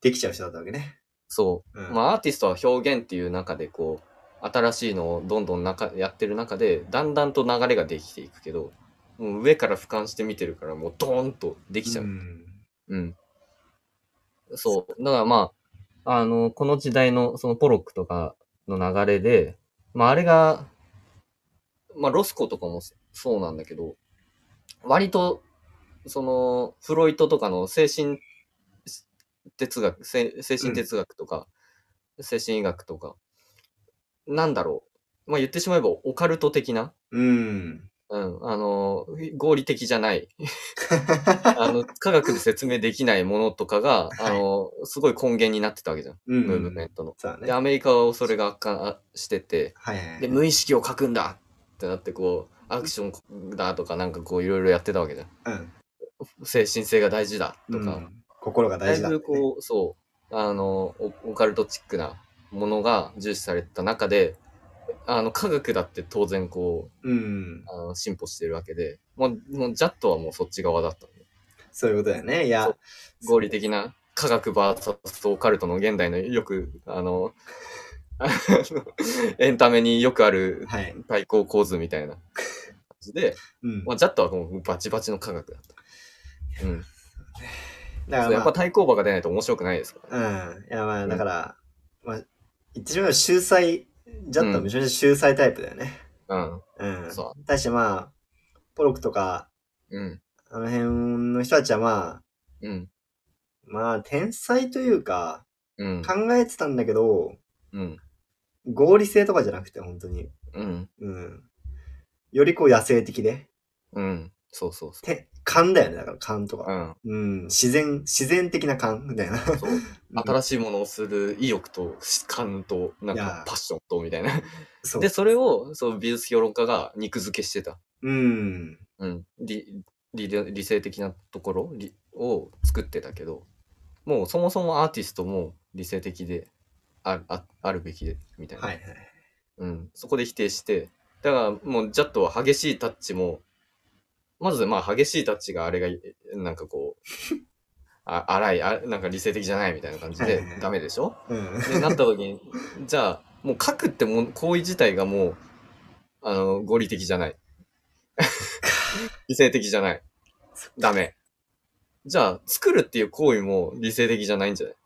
できちゃう人だったわけね。
そうう。
ん
まあアーティストは表現っていう中でこう、新しいのをどんどん中やってる中で、だんだんと流れができていくけど、もう上から俯瞰して見てるから、もうドーンとできちゃう。
ん
うん。そう。だからまあ、あの、この時代のそのポロックとかの流れで、まああれが、まあロスコとかもそそうなんだけど、割と、その、フロイトとかの精神哲学、精精神哲学とか、精神医学とか、なんだろう。まあ言ってしまえばオカルト的な、
うん。
うん、あの、合理的じ
*laughs*
ゃないあの、科学で説明できないものと
*laughs*
かが、あの、すごい根源になってたわけじゃん。
う
ムーブメン
ん。
トの。
そうだね。
で、アメリカはそれが悪化してて、
はいはいはい。
で、無意識を書くんだってなって、こう、アクションだとか、なんかこう、いろいろやってたわけじゃん。
うん
精神性が大事だとか、
うん心が
だ
大
い
事だ。
ぶこう、そう、あの、オオカルトチックなものが重視されてた中で、あの、科学だって当然こう、
う。うん。
あの進歩してるわけで、もう、もうジャットはもうそっち側だった。
そういうことだよね。い
そ
や
う。合理的な科学バーサスオカルトの現代のよく、あの、 *laughs* あのエンタメによくある
はい。
対抗構図みたいな感じで、
うん。
まあ、ジャットはもうバチバチの科学だった。うん。
だか
そうや
ら
っ
ま
ぱ対抗馬が出ないと面白くないですからね。
あ、うん。いやまあ、だから、まあ、言ってしまえば秀才、ジャットはめちゃめちゃ秀才タイプだよね。
うん。
うん。
そ
対してまあ、ポロクとか、
うん。
あの辺の人たちはまあ、
うん。
まあ、天才というか、
うん。
考えてたんだけど、
うん。
合理性とかじゃなくて、本当に。
うん。
うん。よりこう野生的で。
うん。そうそうそ
て、勘だよね、だから勘と
う。う
か。
ん。
うん。自然、自然的な勘みたいな。 *laughs*
そう新しいものをする意欲と感と、なんかパッションとみたいな。
そう。
で、それを、そう、美術評論家が肉付けしてた。
うん。
うん、理理理性的なところ理を作ってたけどもうそもそもアーティストも理性的であああるべきでみたいな、
はいはい。
うん、そこで否定してだからもうジャットは激しいタッチもまずまあ激しいタッチがあれがなんかこう
*laughs*
あ荒いあなんか理性的じゃないみたいな感じ
はい
で
はいはい
ダメでしょ
うん。 *laughs*
でなった時にじゃあもう書くってもん行為自体がもうあの合理的じゃない理性的じゃないダメじゃあ作るっていう行為も理性的じゃないんじゃない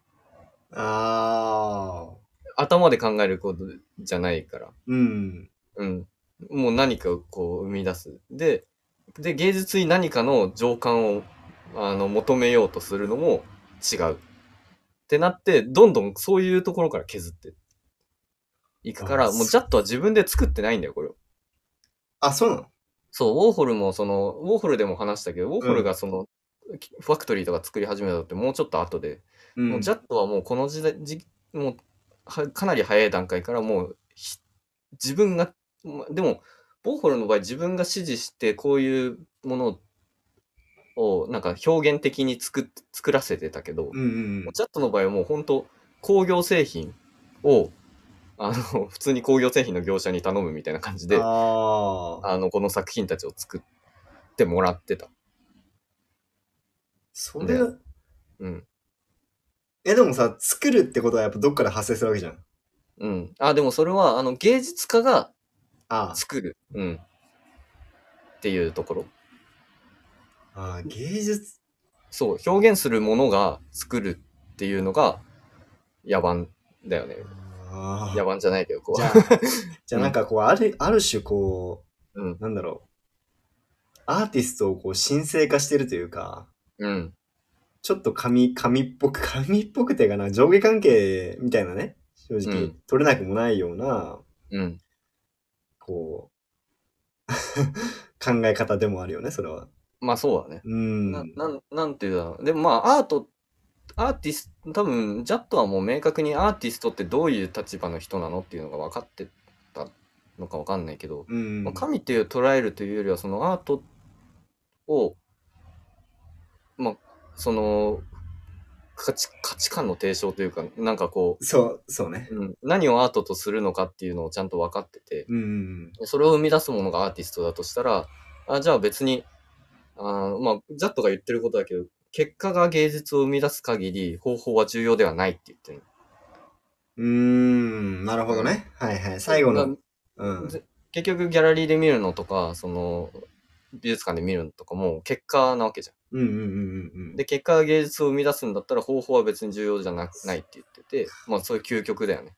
ああ。
頭で考えることじゃないから
うん。
うんもう何かをこう生み出すでで芸術に何かの情感をあの求めようとするのも違うってなってどんどんそういうところから削っていくか
あ
らもう
そう
ジャットは自分で作ってないんだよこれを
あ、そうなの
そう、ウォーホルもその、ウォーホルでも話したけど、ウォーホルがその、ファクトリーとか作り始めたのってもうちょっと後で、
うん。
もうジャットはもうこの時代、じもうはかなり早い段階からもうひ自分が、までも、ウォーホルの場合自分が指示してこういうものをなんか表現的に作っ作らせてたけど、
うんうんうん。
ジャットの場合はもう本当工業製品を、あの、 *laughs* 普通に工業製品の業者に頼むみたいな感じで、
ああ。
あの、この作品たちを作ってもらってた。
それ
で、うん。
え、でもさ、作るってことはやっぱどっかで発生するわけじゃん。
うん。あ、でもそれは、あの、芸術家が
あ
作る。うん。っていうところ。
あ、ああ芸術、
そう、表現するものが作るっていうのが、野蛮だよね。
あ
野
あ。
蛮じゃないけど、こ
じ
う
ゃあ。、じゃあなんかこう、ある、ある種こ
うん
う、。なんだろう。アーティストをこう、神聖化してるというか、
*laughs* うん。
ちょっと神、神っぽく、 *laughs* 神っぽくていうかな、上下関係みたいなね、正直、
うん
取れなくもないような、
うん。
こう、 *laughs* 考え方でもあるよね、それは。
まあそうだね。
うん。
ななんなんていうだろう。でもまあアート、アーティスト、多分ジャットはもう明確にアーティストってどういう立場の人なのっていうのが分かってたのか分かんないけど、
うん
まあ、神っていう捉えるというよりはそのアートを、まあ、その価値価値観の提唱というか、なんかこ
そう、そうね
う、。うん、何をアートとするのかっていうのをちゃんと分かってて、
うんうん
それを生み出すものがアーティストだとしたら、あじゃあ別に、あーまあ、ジャットが言ってることだけど、結果が芸術を生み出す限り方法は重要ではないって言ってる。
うん。うーん、なるほどね。はいはい。最後の、うん。
ぜ結局ギャラリーで見るのとか、その、美術館で見るのとかも結果なわけじゃ
うんうんうんうんうん
ん。。で、結果が芸術を生み出すんだったら方法は別に重要じゃなくないって言ってて、まあそういう究極だよね。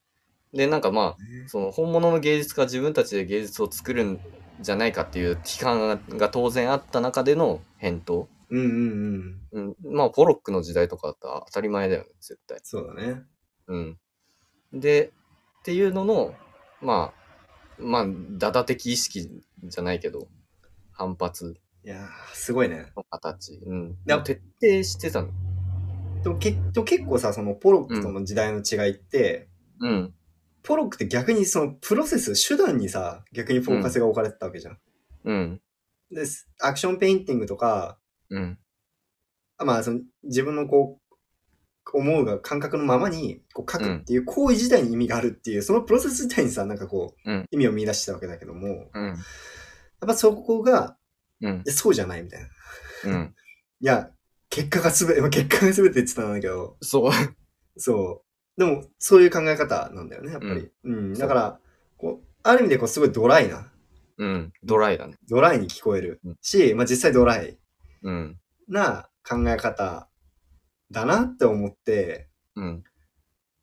で、なんかまあ、その本物の芸術家は自分たちで芸術を作るんじゃないかっていう批判が当然あった中での返答。
うんうんうん。
うん、まあ、ポロックの時代とかだったら当たり前だよね、絶対。
そうだね。
うん。で、っていうのの、まあ、まあ、ダダ的意識じゃないけど、反発
いやー、すごいね。
の形。うん。
な
もう徹底してたの。
とけと結構さ、そのポロックとの時代の違いって、
うん。
ポロックって逆にそのプロセス、手段にさ、逆にフォーカスが置かれてたわけじゃん。
うん。
で、すアクションペインティングとか、
うん。
まあその自分のこう、思うが感覚のままにこう書くっていう行為自体に意味があるっていう、そのプロセス自体にさ、なんかこう、
うん
意味を見出してたわけだけども、やっ
うん。
ぱそこが、
うん。
いやそうじゃないみたいな。い
うん。
や、結果がすべて、まあ結果がすべてって言ってたんだけど、
そう。
そう。でも、そういう考え方なんだよね、やっぱり。うん。だから、こう、ある意味で、こう、すごいドライな。
うん。ドライだね。
ドライに聞こえる
うん
し、まあ実際ドライ
うん。
な考え方だなって思って、
うん。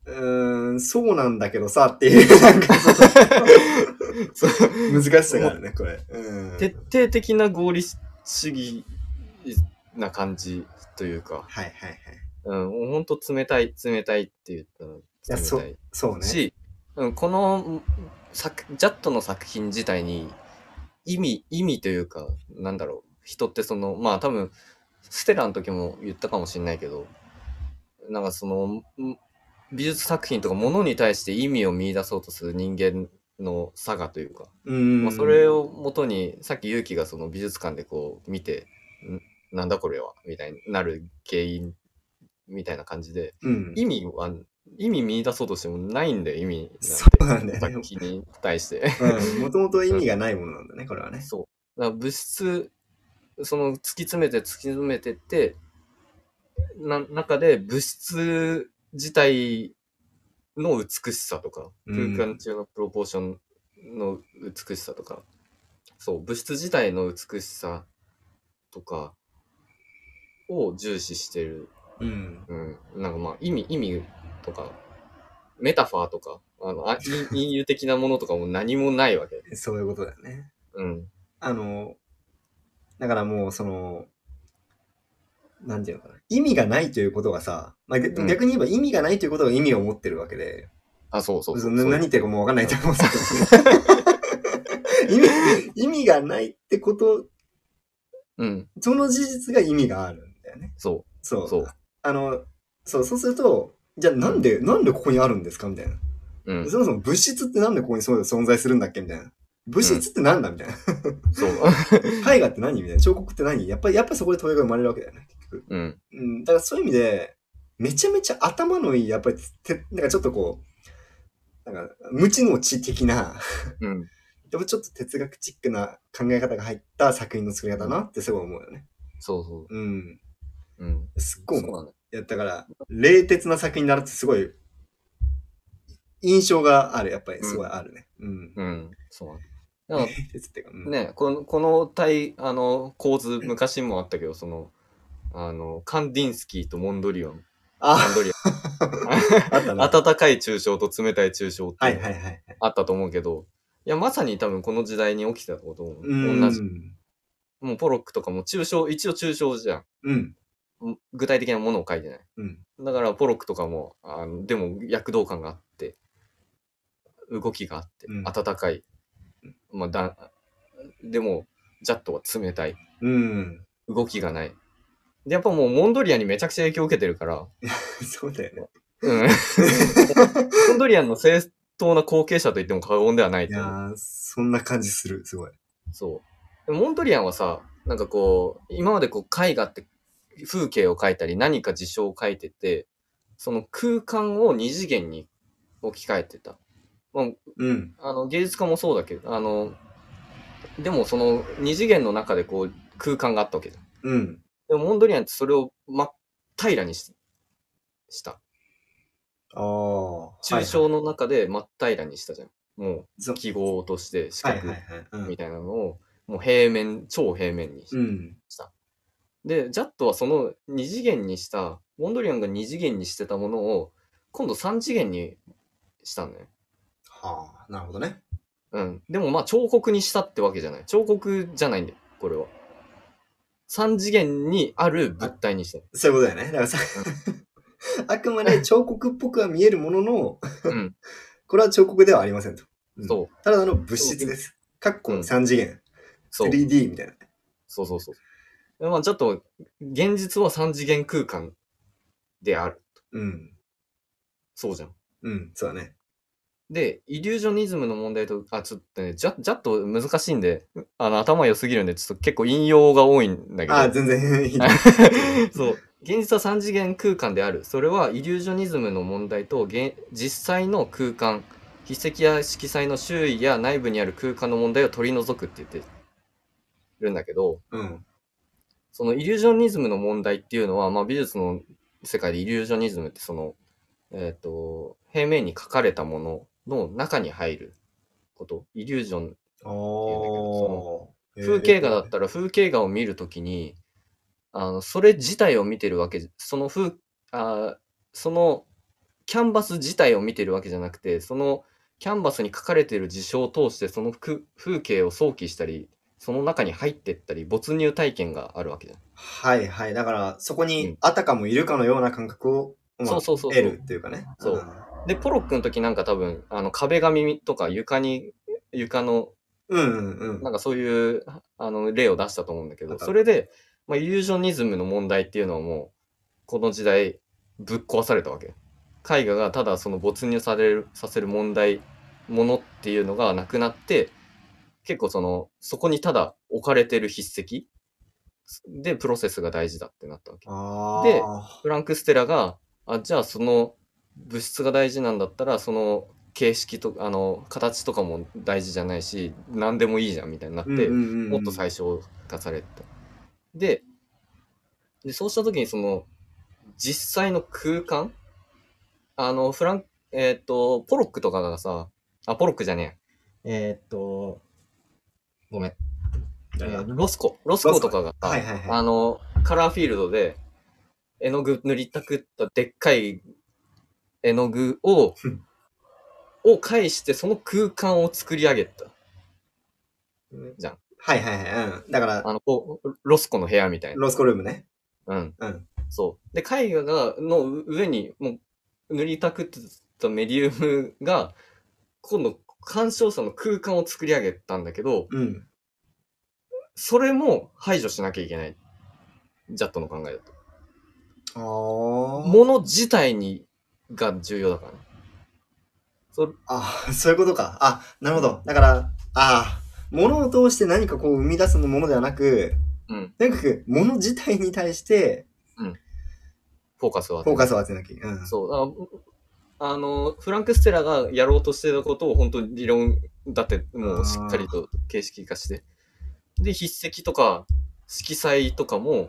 うーん、そうなんだけどさっていう、なんかそ
*laughs* そう
の、難しさがあるね、これ。うん。
徹底的な合理主義な感じというか、
はいはいはい。
うん。もうほんと冷たい、冷たいって言ったら冷た
やそうそうね。
し、うん、この作、ジャットの作品自体に意味、意味というか、なんだろう、人ってその、まあ多分、ステラの時も言ったかもしれないけど、なんかその、ん美術作品とか物に対して意味を見出そうとする人間の差がというか、
うん。
まあ、それを元に、さっき勇気がその美術館でこう見て、んなんだこれはみたいになる原因みたいな感じで、
うん、
意味は、意味見出そうとしてもないんだよ、意味なんて。
そうなんだよね
作品に
*laughs*
対して。
うん。もともと意味がないものなんだね、これはね。
そう。だから物質、その突き詰めて突き詰めてって、な、中で物質自体の美しさとか、
う
空
ん
間中のプロポーションの美しさとか、そう、物質自体の美しさとかを重視してる
うん。
うん、なんかまあ意味、意味とか、メタファーとか、あの、 *laughs* あい隠喩的なものとかも何もないわけ。
そういうことだよね。
うん。
あの、だからもう、その、なんていうのかな。意味がないということがさ、まあ、げ
うん
逆に言えば意味がないということが意味を持ってるわけで、
あ、そうそう
そ
そう
の何言ってるかもうわかんないと思うんですけど *laughs* 意味、意味がないってこと、
うん、
その事実が意味があるんだよね。
そ、
そうう。
そう。
あの、そう、そうすると、じゃあなんで、なんでここにあるんですかみたいな。
うん、
そもそも物質ってなんでここにそう存在するんだっけみたいな。物質ってなんだみたいな。 *laughs*
そう。
絵画って何みたいな。彫刻って何やっぱり、やっぱりそこで問いが生まれるわけだよね、結局。
うん、
うん、だからそういう意味で、めちゃめちゃ頭のいい、やっぱりて、なんかちょっとこう、なんか、無知の知的な、 *laughs*
うん。
でもちょっと哲学チックな考え方が入った作品の作り方だなってすごい思うよね。
そうそ
うん。
う。うん。
すっご
そ
いう思う。
なんだ。
いや、だから、冷徹な作品になるってすごい、印象がある、やっぱりすごいあるね。うん。
うん、そう。だか
鉄っていうか、う
ら
ん、
ね、この、この体、あの、構図、昔もあったけど、その、あの、カンディンスキーとモンドリ
*laughs*
オン。モ
あ
ン、ドリ
あった
オン。
な。
温かい抽象と冷たい抽象って
はいいう
の
はいはい。
あったと思うけど、いや、まさに多分この時代に起きてたことも
うん。
同じ。もうポロックとかも抽象、一応抽象じゃ
うん。
ん。ん具体的なものを書いてない。
うん。
だからポロックとかも、あのでも躍動感があって、動きがあって
う、ん
温かい。まあ、だでも、ジャットは冷たい。
うん。
動きがない。で、やっぱもうモンドリアンにめちゃくちゃ影響を受けてるから、
そうだよね。 *laughs*
うん。モンドリアンの正当な後継者と言っても過言ではない
い
と
や
思う
ー、そんな感じする、すごい。
そう。でもモンドリアンはさ、なんかこう、今までこう絵画って風景を描いたり何か事象を描いてて、その空間を二次元に置き換えてた。まあ、
うん。
あの芸術家もそうだけど、あの、でもその二次元の中でこう空間があったわけじゃん。
うん。
でもモンドリアンってそれを真っ平らにしした。
ああ。
抽象の中で真っ平らにしたじゃん。も
そう
記号として四
はいはい
角
はいはい。うん
みたいなのを、もう平面、超平面にし
うん。
で、ジャットはその二次元にした、モンドリアンが二次元にしてたものを、今度三次元にしたのね。
はあ、なるほどね。
うん。でもまあ彫刻にしたってわけじゃない。彫刻じゃないんだよ、これは。三次元にある物体にした。
そういうことだよね。だからさ、あくまで彫刻っぽくは見えるものの、
うん。
これは彫刻ではありませんと。うん
そう。
ただの物質です。かっこ
うん
3次元。
そう。
3D みたいな。
そうそうそう。でまあ、ジャットは、現実は三次元空間である。
うん。
そうじゃん。
うん、そうだね。
で、イリュージョニズムの問題と、あ、ちょっとね、ジャジャット難しいんで、あの、頭良すぎるんで、ちょっと結構引用が多いんだけど。
ああ、全然いい。
そう。現実は三次元空間である。それはイリュージョニズムの問題と現実際の空間、筆跡や色彩の周囲や内部にある空間の問題を取り除くって言ってるんだけど、
うん。
そのイリュージョニズムの問題っていうのは、まあ、美術の世界でイリュージョニズムってその、えっ、と、平面に描かれたものの中に入ること、イリュージョン
ああ
そ。
へー
風景画だったら風景画を見るときに、あの、それ自体を見てるわけじ、その風、あーそのキャンバス自体を見てるわけじゃなくて、そのキャンバスに書かれてる事象を通して、その風風景を想起したり、その中に入ってったり、没入体験があるわけじゃん。
はいはい。だから、そこ
う
に
ん
あたかもいるかのような感覚を、まあ
そうそうそうそう
得るっていうかね。
そうで、ポロックの時なんか多分、あの、壁紙とか床に、床の
うん。うんうんう
な
ん。
んかそういう、あの、例を出したと思うんだけ
なん
ど、
か
それで、まあ、イリュージョニズムの問題っていうのはもう、この時代、ぶっ壊されたわけ。絵画がただその没入される、させる問題、ものっていうのがなくなって、結構その、そこにただ置かれてる筆跡で、プロセスが大事だってなったわけ。
ああ。
でフランク・ステラが、あ、じゃあその物質が大事なんだったら、その形式と、あの、形とかも大事じゃないし、何でもいいじゃんみたいになって、もっと最
初。
小化された。で、でそうしたときにその、実際の空間あの、フラン、えーっ、と、ポロックとかがさ、あ、ポロックじゃねえ。えーっ、と、ごめん、え
誰だ
ーロスコ。ロスコとかがさ、
はいはいはい
あの、カラーフィールドで、絵の具塗りたくったでっかい絵の具を
うん、
を介してその空間を作り上げた。
はいはいはい。うん。だから、
あの、こうロスコの部屋みたいな。
ロスコルームね。
うん。
うん
そう。で、絵画が、の上に、もう、塗りたくってたメディウムが、今度、鑑賞者の空間を作り上げたんだけど、
うん。
それも排除しなきゃいけない。ジャットの考えだと。
ああ。
もの自体に、が重要だからね。そ
ああ、そういうことか。あ、なるほど。だから、ああ、物を通して何かこう生み出すものではなく、
うん。
とにかく物自体に対して
フォーカスは。
フォーカスを当てなきゃいけない。うん。
そう。だからあの、フランク・ステラがやろうとしてたことを本当に理論だって、もうしっかりと形式化して。で、筆跡とか色彩とかも、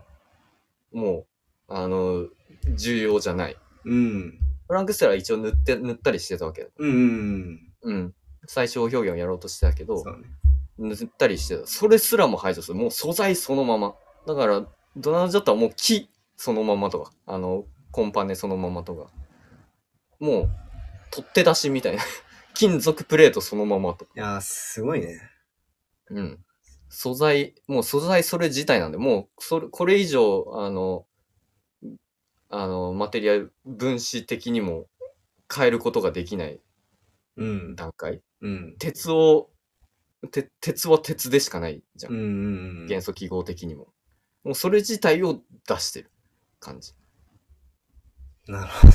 もう、あの、重要じゃない。
うん。
フランク・ステラは一応塗って、塗ったりしてたわけ。
うんうん
うん。最小表現をやろうとしてたけ
うん。
ど
そ、うね。
塗ったりしてた。それすらも排除する。もう素材そのまま。だから、ドナルド・ジョッタはもう木そのままとか、あの、コンパネそのままとか。もう、取って出しみたいな。 *laughs* 金属プレートそのままとか。
いやー、すごいね。
うん。素材、もう素材それ自体なんで、もう、それ、これ以上、あの、あの、マテリアル、分子的にも変えることができない
うん。
段階。
うん。
鉄を、て鉄は鉄でしかないじゃ
うん
ん。
うんうん。
元素記号的にも。もうそれ自体を出してる感じ。
なるほ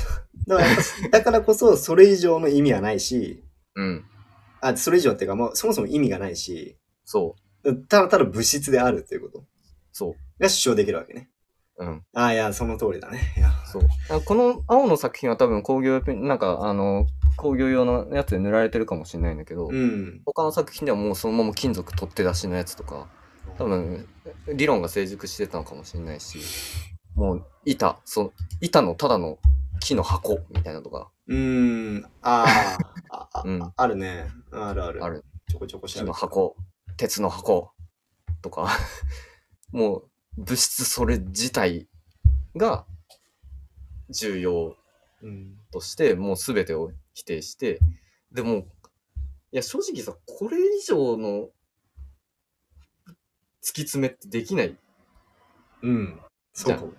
ど。だから、だからこそ、それ以上の意味はないし、
うん。
あ、それ以上っていうか、もうそもそも意味がないし、
そう。
ただただ物質であるということ
そ
が主張できるわけね。
う。うん。
ああ、いや、その通りだね。いや、
そう。あこの青の作品は多分工業用ペン、なんか、あの、工業用のやつで塗られてるかもしれないんだけど、
うん。
他の作品ではもうそのまま金属取って出しのやつとか多分理論が成熟してたのかもしれないしもう板その板のただの木の箱みたいなのとか
うーん。あーあ、あ
うん
あるね。あるある。
ある
ちょこちょこ調
木
べ
の
て
箱鉄の箱とか *laughs* もう物質それ自体が重要
うん。
としてもう全てを否定してでもいや正直さこれ以上の突き詰めってできない
うん。そうかも。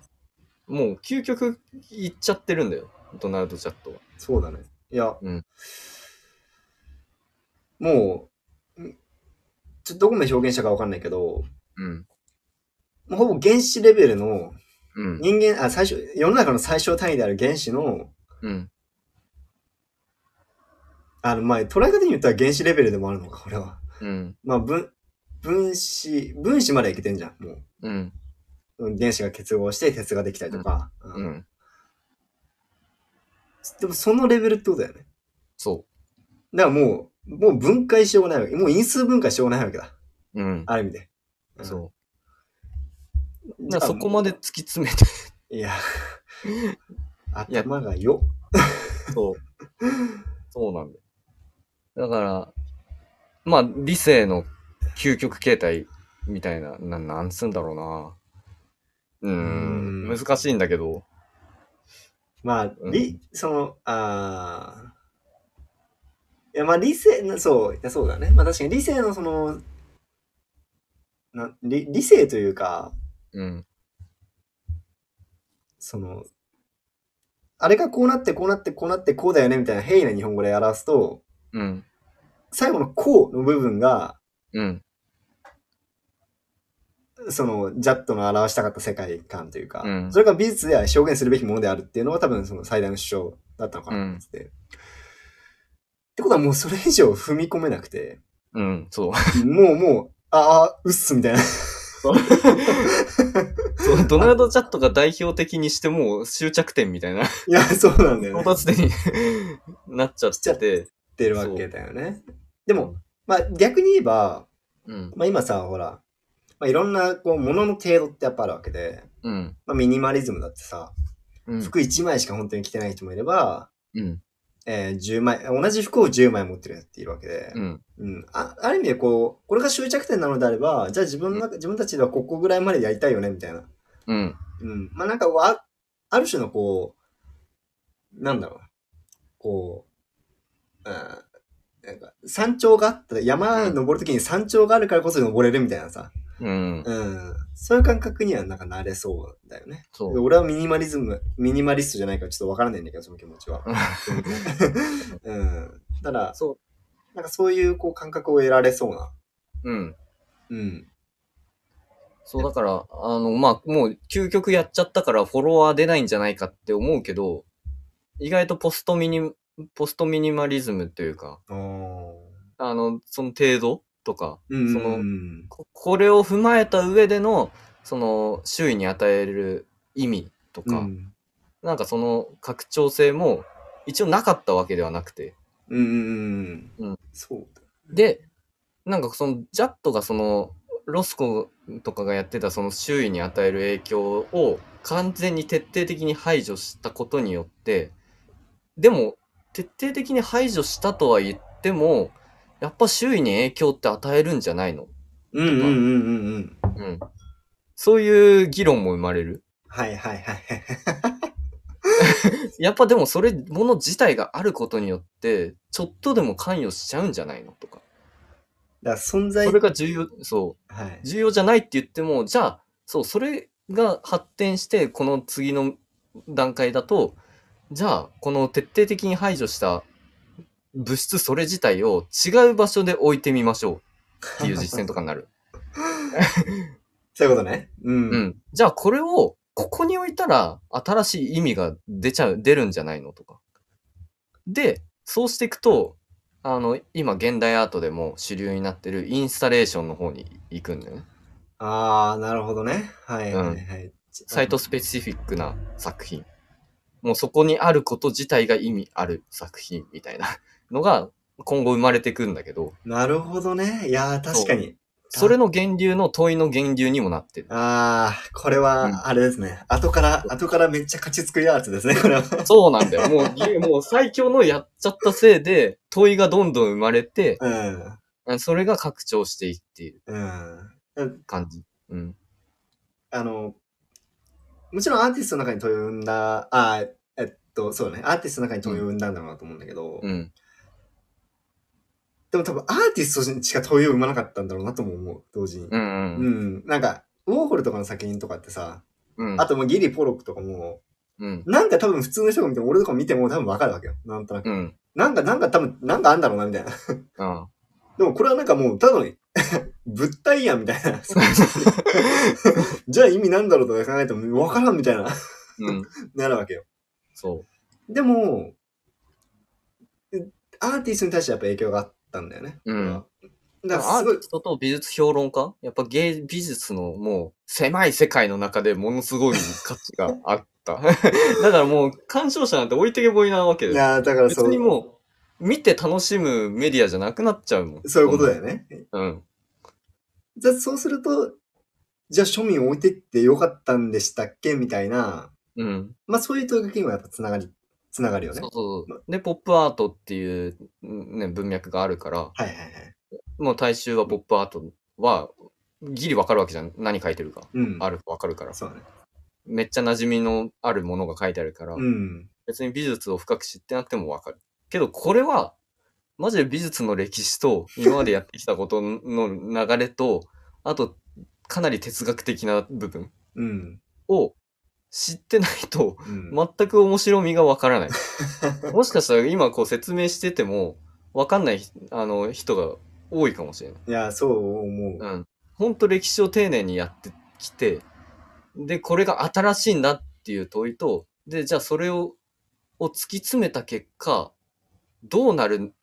もう究極いっちゃってるんだよ、ドナルド・ジャットは。
そうだね。いや、
うん
もう、んちょっとどこまで表現したかわかんないけど、
うん。
もうほぼ原子レベルの
うん。
人間、あ、最初、世の中の最小単位である原子の、
うん。
あの、まあ、捉え方によっては原子レベルでもあるのか、これは。
うん。
まあ、分、分子、分子までいけてんじゃん、もう。
うん。
電子が結合して鉄ができたりとか。
う
うん
ん。
でもそのレベルってことだよね。
そ
だからもう、もう分解しようがないわけ。もう因数分解しようがないわけだ。
う。うん。
ある意味で。うん
そう。
じゃ
だ
あ
からそこまで突き詰めて。
いや、頭がよ。
そう。そうなんだよ。だから、まあ、理性の究極形態みたいな、ななんつうんだろうな。うーん。
うん
難しいんだけど。
まあ、
うん
理、その、あーいや、まあ理性の、そう、いやそうだね。まあ確かに理性のその、な理理性というか、
うん。
その、あれがこうなってこうなってこうなってこうだよねみたいな平易な日本語で表すと、
うん。
最後のこうの部分が、
うん。
その、ジャットの表したかった世界観というか、
うん
それが美術では表現するべきものであるっていうのが多分その最大の主張だったのかなと思ってて。ってことはもうそれ以上踏み込めなくて、
うん。そう。 *laughs*
もうもう、ああ、うっすみたいな。 *laughs*
そうドナルド・ジャットが代表的にしてもう終着点みたいな、
いや、そうなんだよ
到
ね。っ
達点に *laughs* なっちゃってて。
てるわけだよね。でも、まあ逆に言えば、
うん、
まあ今さ、ほら、まあいろんなこう、ものの程度ってやっぱあるわけで、
うん、
まあミニマリズムだってさ、
うん、
服1枚しか本当に着てない人もいれば、
うん、
えー、10枚、同じ服を10枚持ってるやつっているわけで、
うん、
うん、あある意味でこう、これが終着点なのであれば、じゃあ自分の中、自分たちではここぐらいまでやりたいよね、みたいな。
うん、
うん。まあなんかわ、ある種のこう、なんだろうな。こう、うん、なんか山頂があった、山登るときに山頂があるからこそ登れるみたいなさ。
うん、
うん。そういう感覚にはなんかなれそうだよね。
そう。
俺はミニマリズム、ミニマリストじゃないからちょっとわからないんだけど、その気持ち
*laughs*
は。うん。ただ、
そ
なんかそういうこう感覚を得られそうな。
う、うん。
うん。
そう、だから、あの、まあ、もう、究極やっちゃったからフォロワー出ないんじゃないかって思うけど、意外とポストミニ、ポストミニマリズムというか、
あー
あの、その程度とか、
うん
その
うん
ここれを踏まえた上での、その、周囲に与える意味とか、
うん
なんかその拡張性も一応なかったわけではなくて。
うんうんう
うんん。
そうだ。
で、なんかそのジャットがそのロスコとかがやってたその周囲に与える影響を完全に徹底的に排除したことによって、でも、徹底的に排除したとは言っても、やっぱ周囲に影響って与えるんじゃないの
うんうんうんうんうん。
うん。そういう議論も生まれる。
はいはいはい。
やっぱでもそれ、もの自体があることによって、ちょっとでも関与しちゃうんじゃないのとか。
だから存在
それ、が重要、そう。
はい。
重要じゃないって言っても、じゃあ、そう、それが発展して、この次の段階だと、じゃあ、この徹底的に排除した物質それ自体を違う場所で置いてみましょうっていう実践とかになる。
そういうことね。 *laughs* うん。
うん。じゃあ、これを、ここに置いたら、新しい意味が出ちゃう、出るんじゃないのとか。で、そうしていくと、あの、今、現代アートでも主流になってるインスタレーションの方に行くんだよね。
ああ、なるほどね。はいはいはい。
サイトスペシフィックな作品。もうそこにあること自体が意味ある作品みたいなのが今後生まれてくんだけど、
なるほどね。いやー、確かに。
それの源流の問いの源流にもなってる。
ああ、これ
うん
は、あれですね。後から、後からめっちゃ勝ち作りアーツですね、これは。
そうなんだよ。 *laughs* もうぎ、もう最強のやっちゃったせいで問いがどんどん生まれて、
うん。
それが拡張していっている
うん。
感じ。うん。
あの、もちろんアーティストの中に問いを生んだ、あーえっと、そうだね。アーティストの中に問いを生んだんだろうなと思うんだけど、
うん。
でも多分アーティストにしか問いを生まなかったんだろうなとも思う、同時に。
う
うんん。
うん。
なんか、ウォーホルとかの作品とかってさ、
うん。
あともうギリ・ポロックとかも、
うん。
なんか多分普通の人が見ても、俺とか見ても多分わかるわけよ。なんとなく。
うん。
なんか、なんか多分、なんかあんだろうな、みた *laughs* いな。
うん。
でもこれはなんかもう、ただの *laughs* 物体やん、みたいな。じゃあ意味なんだろうとか考えても、わからん、みたいな、 *laughs*
うん。
なるわけよ。
そ
でも、うアーティストに対してやっぱ影響があったんだよね。
うんう。
だ
だ
か
かららア
す
ー
ご
テ
い
ィ、ストと美術評論家やっぱ芸美術のもう狭い世界の中でものすごい価値があった。だ *laughs* からもう鑑賞者なんて置いてけぼりなわけ
い
で。
やーだから
別
そ
に
う、
もう見て楽しむメディアじゃなくなっちゃうもん。
そういうことだよね。
うん。
じゃあそうすると、じゃあ庶民置いてってよかったんでしたっけみたいな、
うん。
まあそういう問いかけにもやっぱつながり、つながるよね
そう。そうそう。で、ポップアートっていう、ね、文脈があるから、
はいはいはい。
もう大衆はポップアートはギリわかるわけじゃん。何書いてるか。
うん。
あるかわかるから。
そうだね。
めっちゃ馴染みのあるものが書いてあるから。
うん。
別に美術を深く知ってなくてもわかる。けどこれは、マジで美術の歴史と、今までやってきたことの流れと、あと、かなり哲学的な部分
うん。
を知ってないと、
うん。
全く面白みがわからない。もしかしたら今こう説明してても、わかんない、あの、人が多いかもしれない。
いや、そう思う。
うん。ほんと歴史を丁寧にやってきて、で、これが新しいんだっていう問いと、で、じゃあそれを、を突き詰めた結果、どうなる、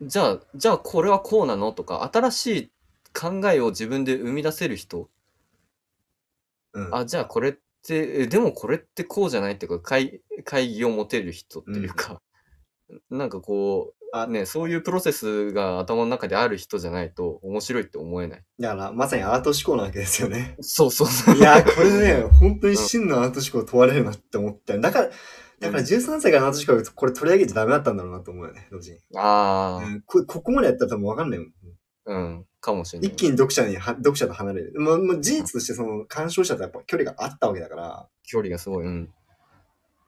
じゃあ、じゃあこれはこうなのとか、新しい考えを自分で生み出せる人、
うん。
あ、じゃあこれって、えでもこれってこうじゃないっていうか、会会議を持てる人っていうか、なんかこ
あ
う、ね、そういうプロセスが頭の中である人じゃないと面白いって思えない。
だから、まさにアート思考なわけですよね。
そうそうそう。
いやー、これね、本当に真のアート思考問われるなって思ったよだから、だから13歳からアート思考、これ取り上げちゃダメだったんだろうなと思うよね、同時に。
ああ
う、ん、こここまでやったら多分わかんないもん。
うん、かもしれない。
一気に読者には、読者と離れる。もうもう事実としてその鑑賞者とやっぱ距離があったわけだから、
距離がすごい。うん。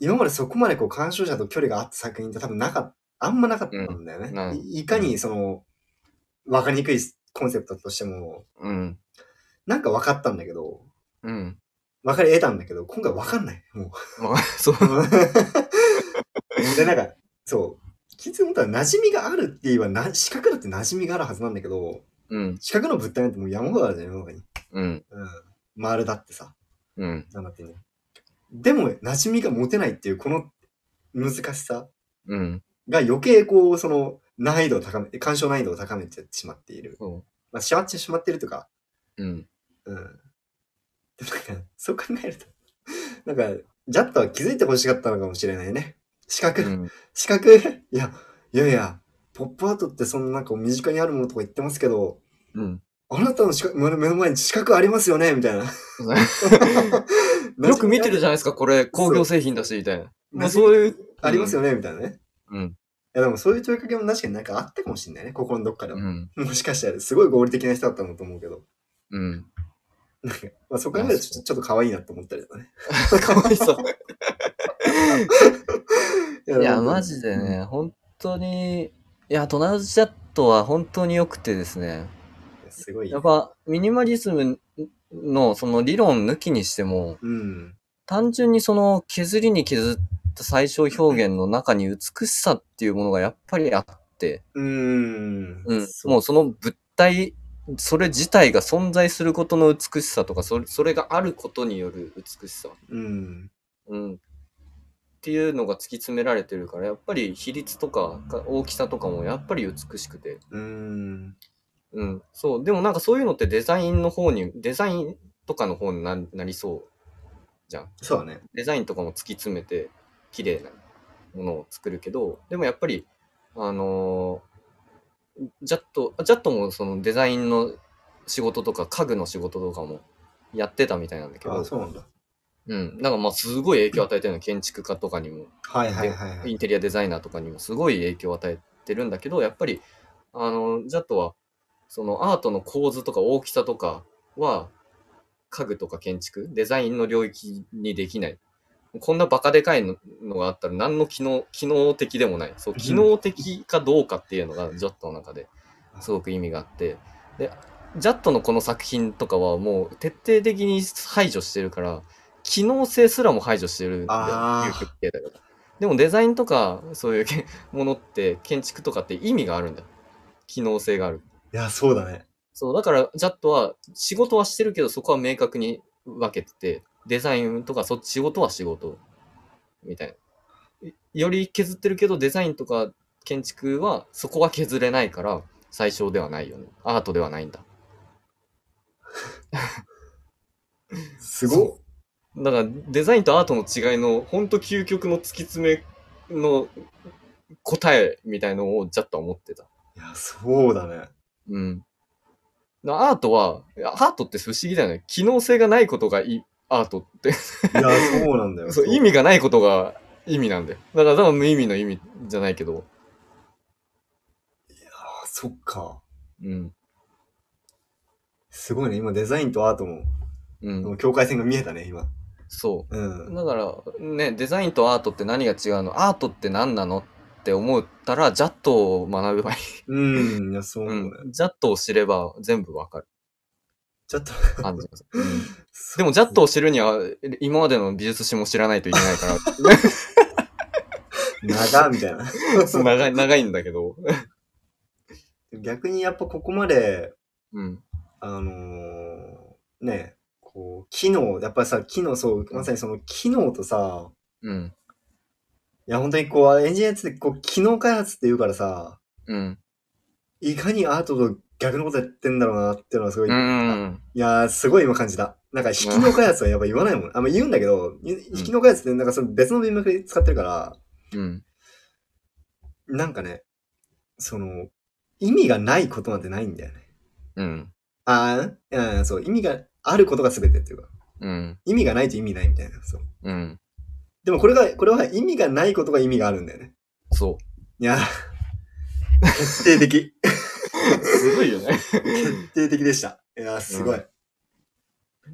今までそこまでこう鑑賞者と距離があった作品って多分なかった、あんまなかったんだよね。
うんない
いいかにその、わかりにくいコンセプトとしても、
うん。
なんかわかったんだけど、
うん。
わかり得たんだけど、今回わかんない。もう。 *laughs*
まあ、 *laughs* そう。
で、なんか、そう。きつい思ったら、馴染みがあるって言えばな、視覚だって馴染みがあるはずなんだけど、
うん。
視覚の物体なんてもう山ほどあるじゃん、世の中に。
うん。
うん。丸だってさ、
うん。
なんだってね。でも、馴染みが持てないっていう、この難しさ
うん。
が余計こう、その、難易度を高め、干渉難易度を高めてしまっている。
そ
まあ、しまってしまっているというか、
う。うん。
うん。でもなんか、そう考えると、 *laughs* なんか、ジャットは気づいてほしかったのかもしれないね。視覚、
うん。
視覚いや、いやいや、ポップアートってそんななんか身近にあるものとか言ってますけど、
*laughs* うん。
あなたの視覚目の目の前に視覚ありますよねみたい
*laughs*
な。
よく見てるじ
ゃん。 *laughs*
ゃないですか、これ、工業製品だし、みたいな。もう
そう
そういう。
ありますよねみたいなね。
うん。
いやでもそういう問いかけも確かになんかあったかもしれないね、ここのどっかで
う
も。
ん。
もしかしたら、すごい合理的な人だったんだと思うけど。
うん。
なんか、まあ、そこからちょっとちょっと可愛いなと思ったりとかね。
*laughs* か *laughs* わいそう。
い
いや、マジで。ね、本当に、いや、トナウジャットは本当に良くてですね。
うんすごい。
やっぱ、ミニマリズムのその理論抜きにしても、
うん。
単純にその削りに削った最小表現の中に美しさっていうものがやっぱりあって、
うーん。
うん、
そ
もうその物体、それ自体が存在することの美しさとか、それそれがあることによる美しさ、
うん。
うん、っていうのが突き詰められてるから、やっぱり比率とかか大きさとかもやっぱり美しくて、
うーん。
うん、そう、でもなんかそういうのってデザインの方に、デザインとかの方にななりそうじゃん。
そうだね。
デザインとかも突き詰めて綺麗なものを作るけどでもやっぱりあのージャットジャットもそのデザインの仕事とか家具の仕事とかもやってたみたいなんだけ
あ
ど
あ、そうなんだ。
うんなんかまあすごい影響を与えてるの建築家とかにも
はいはいはいは
イ
い。
ンテリアデザイナーとかにもすごい影響を与えてるんだけどやっぱりあのジャットはそのアートの構図とか大きさとかは家具とか建築デザインの領域にできないこんなバカでかいののがあったら何の機能機能的でもないそう機能的かどうかっていうのがジャットの中ですごく意味があってでジャットのこの作品とかはもう徹底的に排除してるから機能性すらも排除してるんだよ
あー
究極形だからでもデザインとかそう *laughs* いうけものって建築とかって意味があるんだよ機能性がある
いや、そうだね。
そうだからジャットは仕事はしてるけどそこは明確に分けててデザインとかそ仕事は仕事みたいないより削ってるけどデザインとか建築はそこは削れないから最小ではないよねアートではないんだ
すごっ。
だからデザインとアートの違いのほんと究極の突き詰めの答えみたいのをジャットは思ってた
いや、そうだね。
うん。なアートは、いやアートって不思議だよね。機能性がないことがいアート
*laughs*
って。
いや、そうなんだよ。
*laughs* そう意味がないことが意味なんだよ。だから、だから無意味の意味じゃないけど。
ああ、そっか。
うん。
すごいね。今、デザインとアートも、
う
も
ん。
う境界線が見えたね、今。
そうう。
ん。
だから、ね、デザインとアートって何が違うのアートって何なのって思ったら、ジャットを学べばいい。
うん。いや、そう
う
思うね。
ん。ジャットを知れば全部わかる
ちょっと、
感じがする。うんでも、ジャットを知るには、今までの美術史も知らないといけないから。
長みたいな。
*laughs* 長い、長いんだけど。
逆にやっぱここまで、
うん。
あのーね、こう、機能、やっぱりさ、機能、そう、まさにその機能とさ、
うん。
いや、本当にこう、エンジニアってこう、機能開発って言うからさ、
うん。
いかにアートと逆のことやってんだろうなっていうのはすごい、
う
い
ん。
やー、すごい今感じた。なんか、非機能開発はやっぱ言わないもん。あんま言うんだけど、い非機能開発ってなんかその別の文脈で使ってるから、
うん。
なんかね、その、意味がないことなんてないんだよね。
うん。
ああ、うん、そう、意味があることが全てっていうか、
うん。
意味がないと意味ないみたいな、そう。
うん。
でもこれが、これは意味がないことが意味があるんだよね。
そ
いや、決定的。
う。すごいよね。
決定的でした。いや、すごい。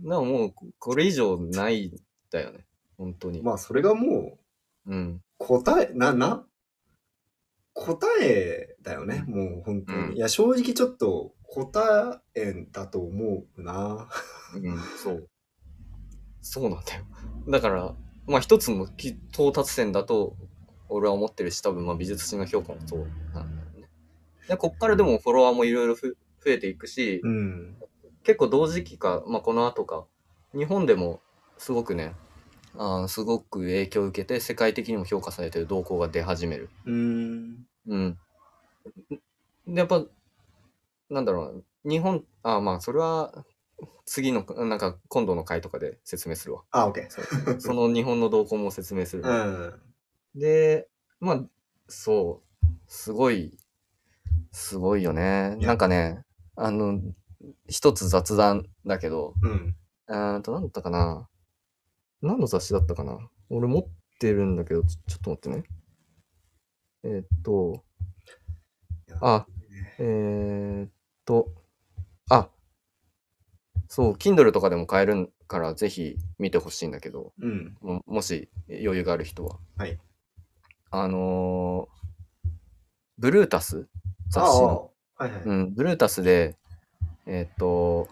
なもう、これ以上ないんだよね。本当に。
まあ、それがもう、
うん。
答え、な、な、答えだよね、もう本当に。
うん
いや、正直ちょっと答えだと思うな。
うん。そう。そうなんだよ。だから、まあ一つのき到達点だと、俺は思ってるし、多分まあ美術史の評価もそうなんだよね。で、こっからでもフォロワーもいろいろふ増えていくし、
うん。
結構同時期か、まあ、この後か日本でもすごくねあーすごく影響を受けて世界的にも評価されてる動向が出始める。
うーん。
うん、でやっぱなんだろうな日本あーまあそれは次のなんか今度の回とかで説明
*laughs*
するわ
あ、オッケー。
その日本の動向も説明するわ、
うん。
で、まあ、そう、すごい、すごいよね。
いや
なんかね、あの、一つ雑談だけど、
うん。
うーんと、なんだったかな何の雑誌だったかな俺持ってるんだけど、ちょちょっと待ってね。えーっと、あ、えーっと、あ、そう、Kindle とかでも買えるから、ぜひ見てほしいんだけど、
うん。
ももし余裕がある人は。
はい。
あのーブルータス
あ
雑誌
あ、
の。
はいはい。
うん、ブルータスで、えーっと、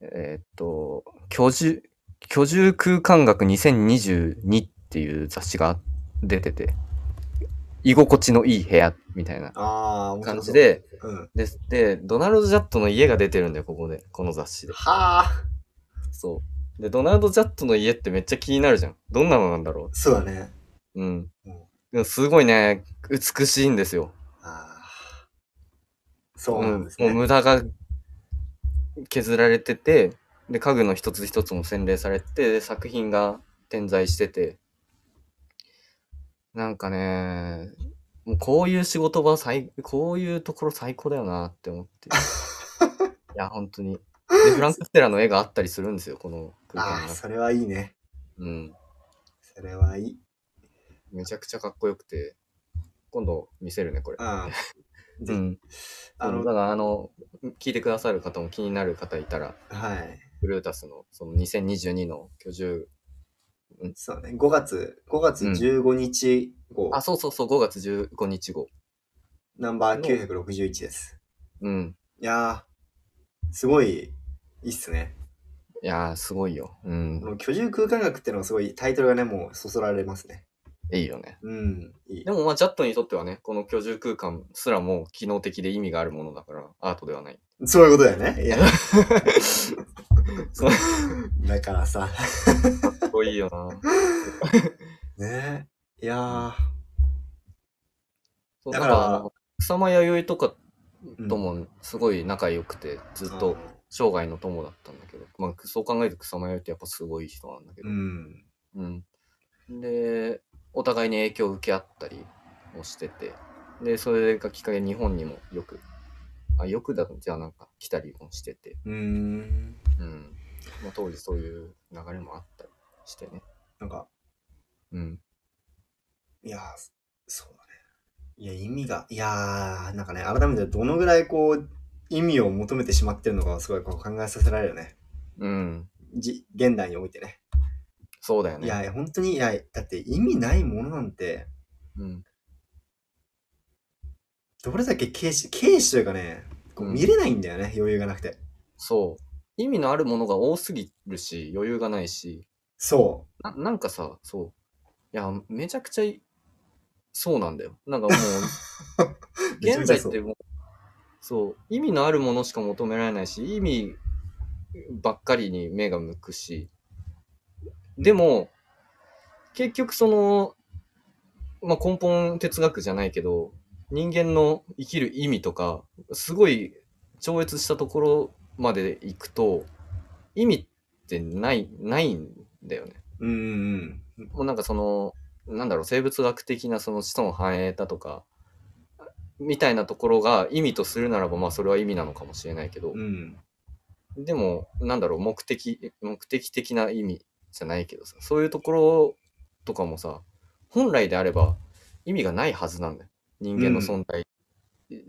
えーっと、居住、居住空間学2022っていう雑誌が出てて、居心地のいい部屋みたいな
ああ、面白そう
感じ。で、
うん。は
で、で、ドナルド・ジャットの家が出てるんだよ、ここで、この雑誌で。
あ、
そう。で、ドナルド・ジャットの家ってめっちゃ気になるじゃん。どんなのなんだろ
そうだね。
う。うん
うん。
でもすごいね、美しいんですよ。
ああ。そうなんです
う
ね。
んもう無駄が削られてて、で、家具の一つ一つも洗練されて、で作品が点在してて、なんかね、もうこういう仕事場最、こういうところ最高だよなって
*laughs*
思って。いや、本当に。で、フランク・ステラの絵があったりするんですよ、この空間
ああ、
が。
それはいいね。
うん。
それはいい。
めちゃくちゃかっこよくて、今度見せるね、これ。 *laughs*
あ
う
あ、
ん。
あ
だ
の、
から、あの、聞いてくださる方も気になる方いたら、
はい。
ブルータスのその2022の居住、
そうね。5月、5月15日号、
あ、そうそうそう、5月15日号。
ナンバー961です。
うん。
いやー、すごい、いいっすね。
いやー、すごいよ。うん
こ。の居住空間学ってのはすごい、タイトルがね、もうそそられますね。
いいよね。
うん、いい
で。も、まあ、ジャットにとってはね、この居住空間すらも機能的で意味があるものだから、アートではない。
そういうことだよ
*laughs*
ね。いや、
そう
だからさ、
すごいよな。 *laughs*
ねいや
そう
だ
だ
か
かららあの、草間弥生とか
ー、
ともすごい仲良くて、ず
うん、
っと生涯の友だったんだけど、まあ、そう考えると草間彌生ってやっぱすごい人なんだけど
う、ん。
うん、でお互いに影響を受け合ったりもしててでそれがきっかけで日本にもよくあよくだじゃあなんか来たりもしてて、
うーん。
うんまあ、当時そういう流れもあったりしてね、
なんか、
うん、
いやー、そうだね。いや、意味が、いやー、なんかね、改めてどのぐらいこう、意味を求めてしまってるのかをすごいこう考えさせられるよね。
うん、
じ、現代においてね。
そうだよね
いや、いや本当に、いや、だって意味ないものなんて、
うん、
どれだけ軽視、軽視というかね、こう
うん
見れないんだよね、余裕がなくて。
そう意味のあるものが多すぎるし余裕がないし
そ
ななんかさそういやめちゃくちゃいそうなんだよなんかもう
う。めち
現在っ
ゃめちゃ
てもう、そう、意味のあるものしか求められないし、意味ばっかりに目が向くし、でも、結局その、まあ、根本哲学じゃないけど、人間の生きる意味とか、すごい超越したところまで行くと、意味ってない、ないんだよね。
そう。うんうんうん。
もうなんかその、なんだろう、生物学的なその子孫繁栄だとか、みたいなところが意味とするならば、まあそれは意味なのかもしれないけど
う、ん。
でも、なんだろう、目的、目的的な意味じゃないけどさ、そういうところとかもさ、本来であれば意味がないはずなんだよ。人間の存在、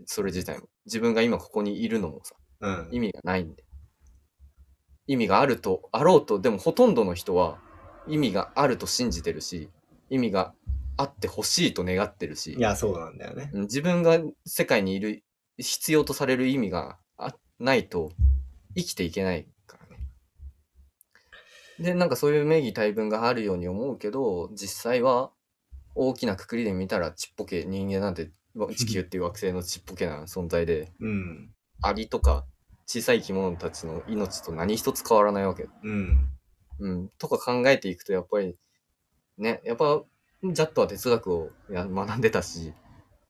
それ自体も。自分が今ここにいるのもさ、
うん。
意味がないんで。意味があると、あろうと、でもほとんどの人は意味があると信じてるし、意味があってほしいと願ってるし
い、や、そうなんだよね。
うん自分が世界にいる、必要とされる意味があないと生きていけないからね。で、なんかそういう名義対分があるように思うけど、実際は大きなくくりで見たらちっぽけ、人間なんて地球っていう惑星のちっぽけな存在で、
うん。
アリとか小さい生き物たちの命と何一つ変わらないわけ。
うん。
うん。とか考えていくとやっぱり、ね、やっぱ、ジャットは哲学をや学んでたし、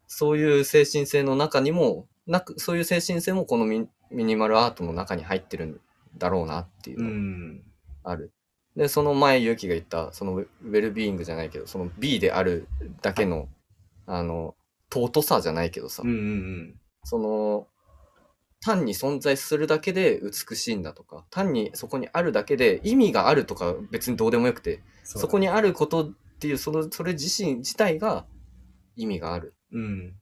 そういう精神性の中にも、なく、そういう精神性もこのミミニマルアートの中に入ってるんだろうなっていう
う
のが
ん。
ある。で、その前、ゆうきが言った、そのウェウェルビーイングじゃないけど、その B であるだけの、あの、尊さじゃないけどさ、
うんうんうん。
その、単に存在するだけで美しいんだとか、単にそこにあるだけで意味があるとか別にどうでもよくて、
そ
そこ
に、
にあることっていう、その、それ自身自体が意味がある。
うん。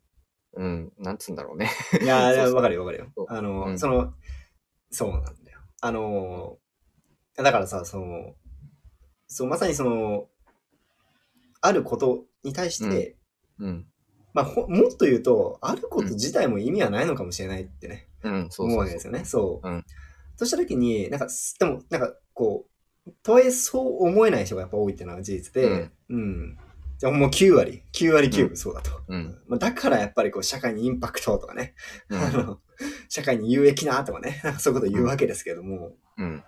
うん、なんつうんだろうね。 *laughs*
いや
そうそう
わかるよわかるよ
そう。
あの、
うん
その、そうなんだよ。あの、だからさ、その、そう、まさにその、あることに対して、
うん。
まあほ、もっと言うと、あること自体も意味はないのかもしれないってね、
うん、そう
思う
そ
わ
う
けで
そ
すよね。そう。
うん
としたときに、なんか、すでも、なんか、こう、とはいえそう思えない人がやっぱ多いっていうのは事実で、うん。じゃあもう9割、9割9分そうだと。
う。うん。
まあ、だからやっぱりこう、社会にインパクトとかね、
う
あ
ん
の、社会に有益なとかね、 *laughs* なんかそういうこと言うわけですけども、
うん。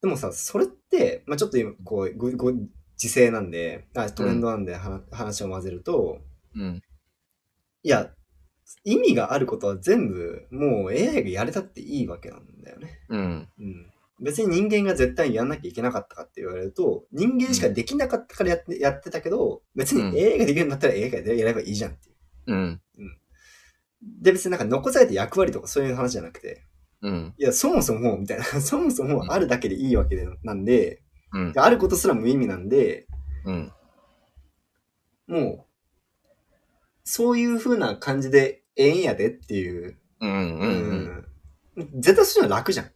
でもさ、それって、まあ、ちょっと今、こう、ご、ご、時勢なんで、あトレンドなんで、はな話を混ぜると、
うん。
いや、意味があることは全部、もう AI がやれたっていいわけなんだよね。
うん。
うん。別に人間が絶対にやんなきゃいけなかったかって言われると、人間しかできなかったからやって,、やってたけど、別に
うん
AI ができるんだったら AI がやればいいじゃんっていう。
うん。
で、別になんか残された役割とかそういう話じゃなくて、
うん。
いや、そもそも、みたいな、 *laughs* そもそもあるだけでいいわけでなんで、
うん。
あることすら無意味なんで、
うん。
もう、そういう風な感じでええんやでっていう、
うん。うん。
うん絶対そっちの方が楽じゃん。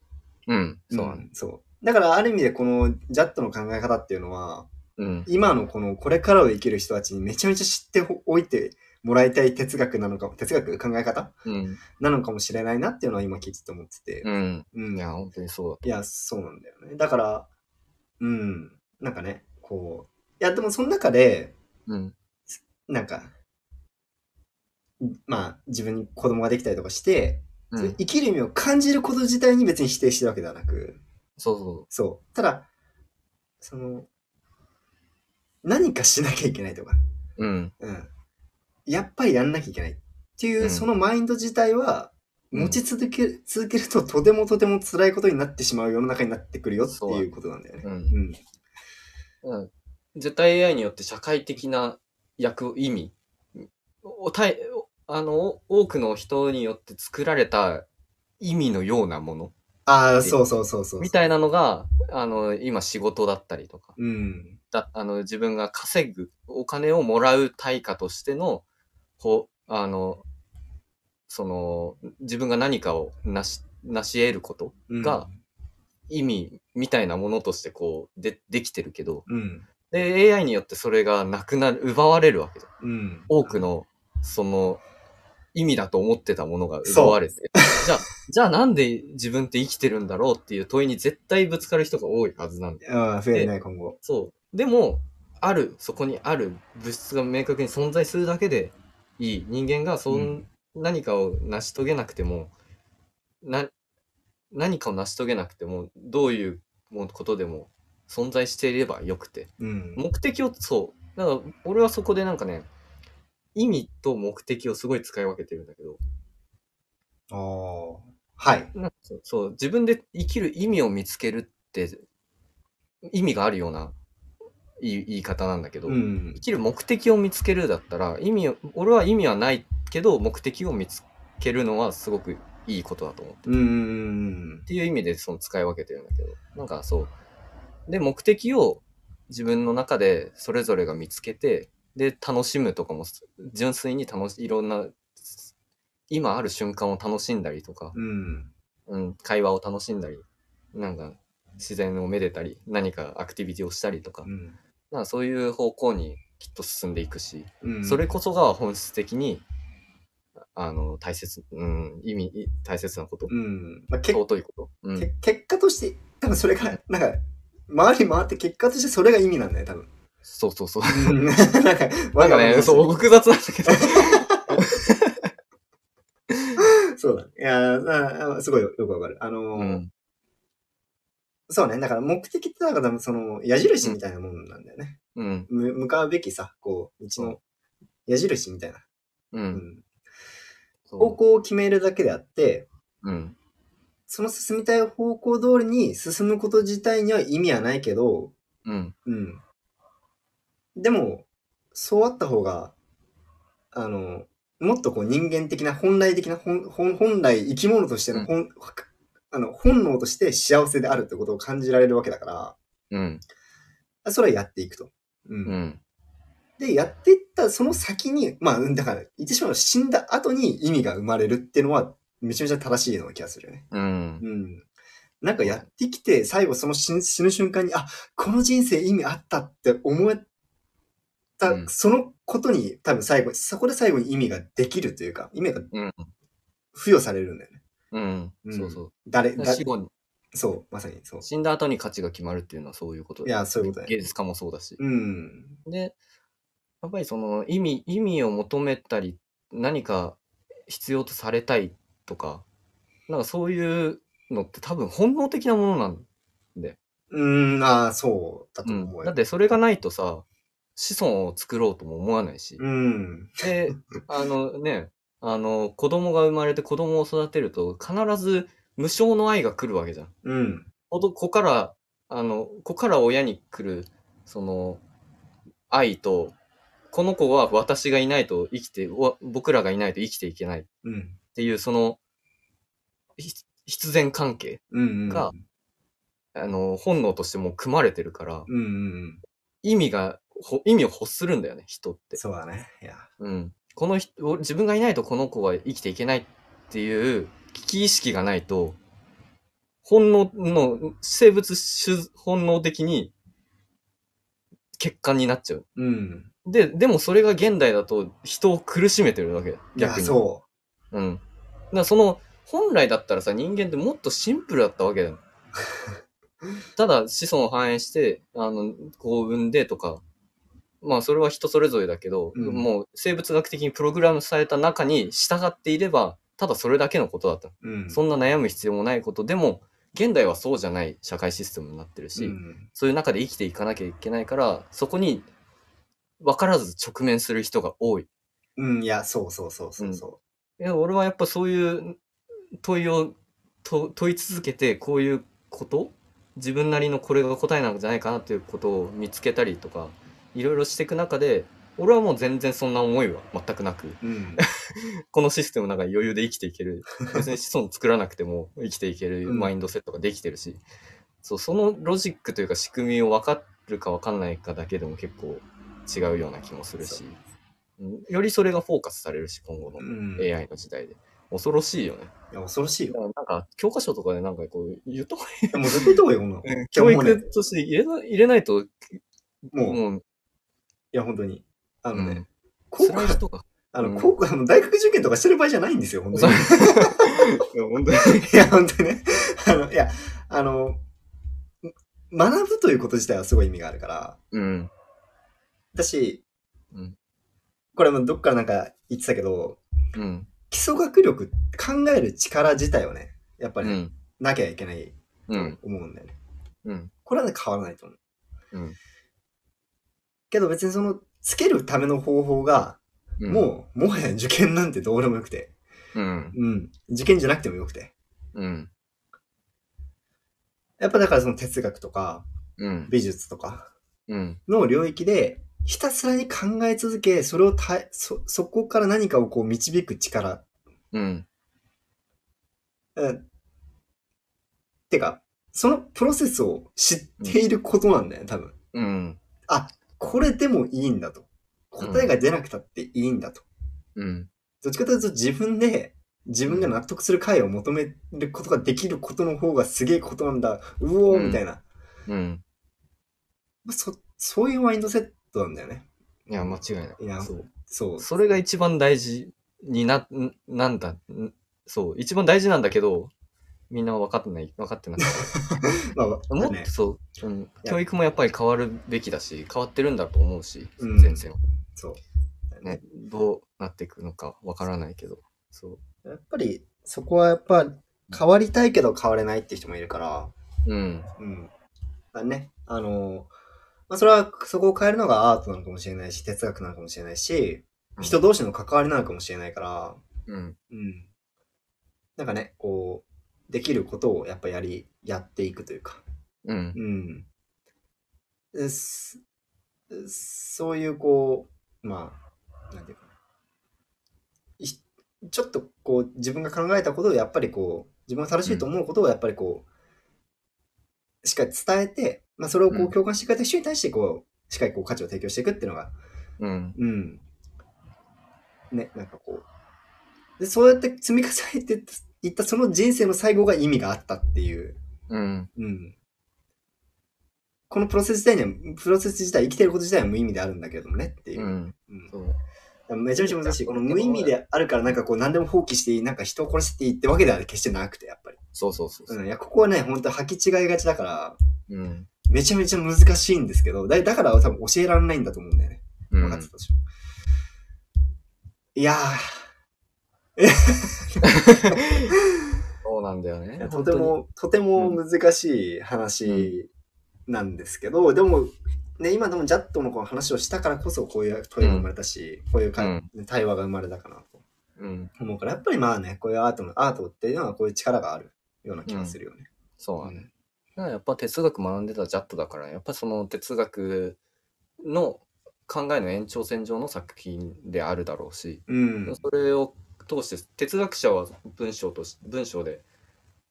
うん。そうだ
う
ね。
んそう。だからある意味でこのジャットの考え方っていうのは、
うん。
今のこのこれからを生きる人たちにめちゃめちゃ知っておいてもらいたい哲学なのか、哲学考え方
うん。
なのかもしれないなっていうのは今聞いてて思ってて。
うん。
うん
いや、本当にそう
いや、そうなんだよね。だから、うん。なんかね、こう。いや、でもその中で、
だ。うん。
なんか、まあ、自分に子供ができたりとかして、
う
それ
ん。
生きる意味を感じること自体に別に否定してるわけではなく、
そうそ
そう。ただ、その、何かしなきゃいけないとか、
う。うん。
うん。やっぱりやんなきゃいけないっていう、
うん
そのマインド自体は、
うん
持ち続ける、続けるととてもとても辛いことになってしまう世の中になってくるよっていうことなんだよね。
うん。
うん。
うん絶対 AI によって社会的な役、意味、おたいあの、多くの人によって作られた意味のようなもの
ああ、そうそうそうそう。
みたいなのが、あの、今仕事だったりとか、
うん。
だあの自分が稼ぐ、お金をもらう対価としての、ほあの、その、自分が何かをなし、なし得ること、
うん
が、意味みたいなものとしてこう、で、できてるけど、
うん。
で、AI によってそれがなくなる、奪われるわけだ。
うん。
多くの、その、意味だと思ってたものが奪われて。じゃあ、 *laughs* じゃあなんで自分って生きてるんだろうっていう問いに絶対ぶつかる人が多いはずなんだよ。
ああ、増えるね、今後。
そう。でも、ある、そこにある物質が明確に存在するだけでいい。人間がそん、
うん
何かを成し遂げなくても、な、何かを成し遂げなくても、どういうもことでも存在していればよくて。
うん。
目的を、そう。だから、俺はそこでなんかね、意味と目的をすごい使い分けてるんだけど、
ああ。はい。
なんかそうそう、自分で生きる意味を見つけるって、意味があるような言い言い方なんだけど、
うん
生。きる目的を見つけるだったら、意味を、俺は意味はないけど、目的を見つけるのはすごくいいことだと思
う
う。
んうん
っていう意味でその使い分けてるんだけど、なんかそう。で、目的を自分の中でそれぞれが見つけて、で、楽しむとかも、純粋に楽し、いろんな、今ある瞬間を楽しんだりとか、
うん。うん。
うん、会話を楽しんだり、なんか自然をめでたり、何かアクティビティをしたりとか
う、ん
なんかそういう方向にきっと進んでいくし、
うん。
それこそが本質的に、あの、大切、うん、意味、い大切なこと
う、ん。まあ、結
尊いこと。うん
け結果として、多分それが、なんか、回り回って結果としてそれが意味なんだよ、多
*laughs*
分。
そうそうそう。
なんか、
なんかね、そう、複雑なんだけど。
そうだね。いやーあすごいよくわかる。あのー
うん。
そうね。だから目的って、なんか多分その、矢印みたいなもんなんだよね。
うん。
む向かうべきさ、こう、道の矢印みたいな。う
う。
んん。方
そ
向を決めるだけであって、
う。うん。
その進みたい方向通りに進むこと自体には意味はないけど、
うん。
うん。でも、そうあった方が、あの、もっとこう人間的な、本来的な、本本本来生き物としての本、あの本能として幸せであるってことを感じられるわけだから、
うん。
それはやっていくと。うん
うん。
で、やっていったその先に、まあ、うんだから、言ってしまうのは死んだ後に意味が生まれるっていうのは、めちゃめちゃ正しいような気がするよね。
うん。
うん。なんかやってきて、最後その死ぬ死ぬ瞬間に、あ、この人生意味あったって思えた、
うん
そのことに多分最後、そこで最後に意味ができるというか、意味が
うん
付与されるんだよね。
うん。
うん
そうそう。
誰、だ
死後に
そう、まさにそう。
死んだ後に価値が決まるっていうのはそういうこと
いや、そういうことだね。
芸術家もそうだし。
うん。
で、やっぱりその意味、意味を求めたり、何か必要とされたいとか、なんかそういうのって多分本能的なものなんで。
うん、ああ、そうだと思うよ、
だってそれがないとさ、子孫を作ろうとも思わないし。
うん。
で、あのね、あの、子供が生まれて子供を育てると必ず無償の愛が来るわけじゃん。
うん。
ほど子から、あの、子から親に来る、その、愛と、この子は私がいないと生きて、わ僕らがいないと生きていけないっ
うん。
ていう、その、ひ必然関係、
うん。うん。
があの、本能としてもう組まれてるから、
うんうんうん。
意味が、ほ意味を欲するんだよね、人って。
そうだね。いや。
うん。この人、お自分がいないとこの子は生きていけないっていう危機意識がないと、本能の、生物種本能的に欠陥になっちゃう。
うん。
で、でもそれが現代だと人を苦しめてるわけ。
いや、
逆に。。
そう
うん。だからその、本来だったらさ、人間ってもっとシンプルだったわ
*laughs*
けだよ。ただ、子孫を繁栄して、あの、こう産んでとか、まあそれは人それぞれだけど、
うん
もう生物学的にプログラムされた中に従っていれば、ただそれだけのことだった。
う。うん。
そんな悩む必要もないことでも、現代はそうじゃない社会システムになってるし、
うん
そういう中で生きていかなきゃいけないから、そこに分からず直面する人が多い。
うん、いや、そうそうそうそうそ
いや俺はやっぱそういう問いをと問い続けてこういうこと自分なりのこれが答えなんじゃないかなということを見つけたりとかいろいろしていく中で俺はもう全然そんな思いは全くなく
う。うん。
このシステムの中に余裕で生きていける別に子孫作らなくても生きていけるマインドセットができてるし、そうそのロジックというか仕組みを分かるか分かんないかだけでも結構違うような気もするしうんよりそれがフォーカスされるし今後の。
うん。いや、
AI の時代で。恐ろしいよね。
恐ろしい
だ
よ。
からなんか、教科書とかでなんかこう、言っとか
いやもうずっと言った方がいいよ、こんなの。
ない
やも
*laughs* 教
うね
育として入れな入れないと、
もう、い
もう、
や、本当に。あのね
うん、
高校
辛い、人が。
あ
うん
の、高校、あの、大学受験とかしてる場合じゃないんですよ、本当に。
いや本当に
いや、本当にね。あの、いや、あの、学ぶということ自体はすごい意味があるから、
うん。
だし、
うん
これもどっからなんか言ってたけど、
うん。
基礎学力、考える力自体をね、やっぱ
う
り、ね
ん。
なきゃいけないと
うん。
思うんだよね。
うん。
これはね、変わらないと思う。
うん
けど別にその、つけるための方法が、
うん。
もう、もはや受験なんてどうでもよくて、
うん。
うん。受験じゃなくてもよくて。
うん。
やっぱだからその哲学とか、
うん。
美術とか
うん。
の領域で、ひたすらに考え続け、それをたいそ、そこから何かをこう導く力。
うん。
うん。てか、そのプロセスを知っていることなんだよね、多分。
うん。
これでもいいんだと。答えが出なくたっていいんだと。
うん。
どっちかというと自分で自分が納得する解を求めることができることの方がすげえことなんだ。うお
うん
ーみたいな、
うん。
そ。そういうマインドセットなんだよね。
いや、間違いない。
いや
そう。
そう。
それが一番大事にな、んなんだ、んそう。一番大事なんだけど、みんな分かってない、分かってない。
まあ、ま
も
あ
っ
ね
と、そう、うん、
や
教育もやっぱり変わるべきだし、変わってるんだと思うし、
うん
全然、
そう。
ね、どうなっていくのかわからないけど、そ
やっぱりそこはやっぱ変わりたいけど変われないって人もいるから、
う。うん、
うん。だね。あの、まあ、それはそこを変えるのがアートなのかもしれないし、哲学なのかもしれないし、
うん
人同士の関わりなのかもしれないから、
うん、
うん。なんかね、こう、できることをやっぱやり、やっていくというか。
うん、
うん。ですそういうこう、まあ、なんていうかないちょっとこう自分が考えたことをやっぱりこう、自分が正しいと思うことをやっぱりこう、しっかり伝えて、まあ、それをこ
う
うん共感してくれた人に対して、こう、しっかりこう価値を提供していくっていうのが、
うん。
うん。ね、なんかこう。で、そうやって積み重ねていったその人生の最後が意味があったっていう。
うん。
うん。このプロセス自体には、プロセス自体、生きてること自体は無意味であるんだけどもねっていうう。
ん。
うん
そう。
めちゃめちゃ難しい。この無意味であるから、なんかこう、何でも放棄していい、なんか人を殺していいってわけでは決してなくて、やっぱり。
そうそうそうそう。
うん。いや、ここはね、本当履き違いがちだから、
うん。
めちゃめちゃ難しいんですけど、だだから多分教えられないんだと思うんだよね。
う
分かって
ん。
たでしょ。いや
そうなんだよね
ー、。とても、とても難しい話なんですけど、でも、ね、今でもジャットのこの話をしたからこそ、こういう問いが生まれたし、こういうか、対話が生まれたかなと
本当に。うん。
思うから、やっぱりまあね、こういうアートの、アートっていうのはこういう力があるような気がするよね。
そう
う
なんだよ。
ん
だからやっぱ哲学学んでたジャットだから、やっぱその哲学の考えの延長線上の作品であるだろうし、
うん。
それを通して哲学者は文章とし文章で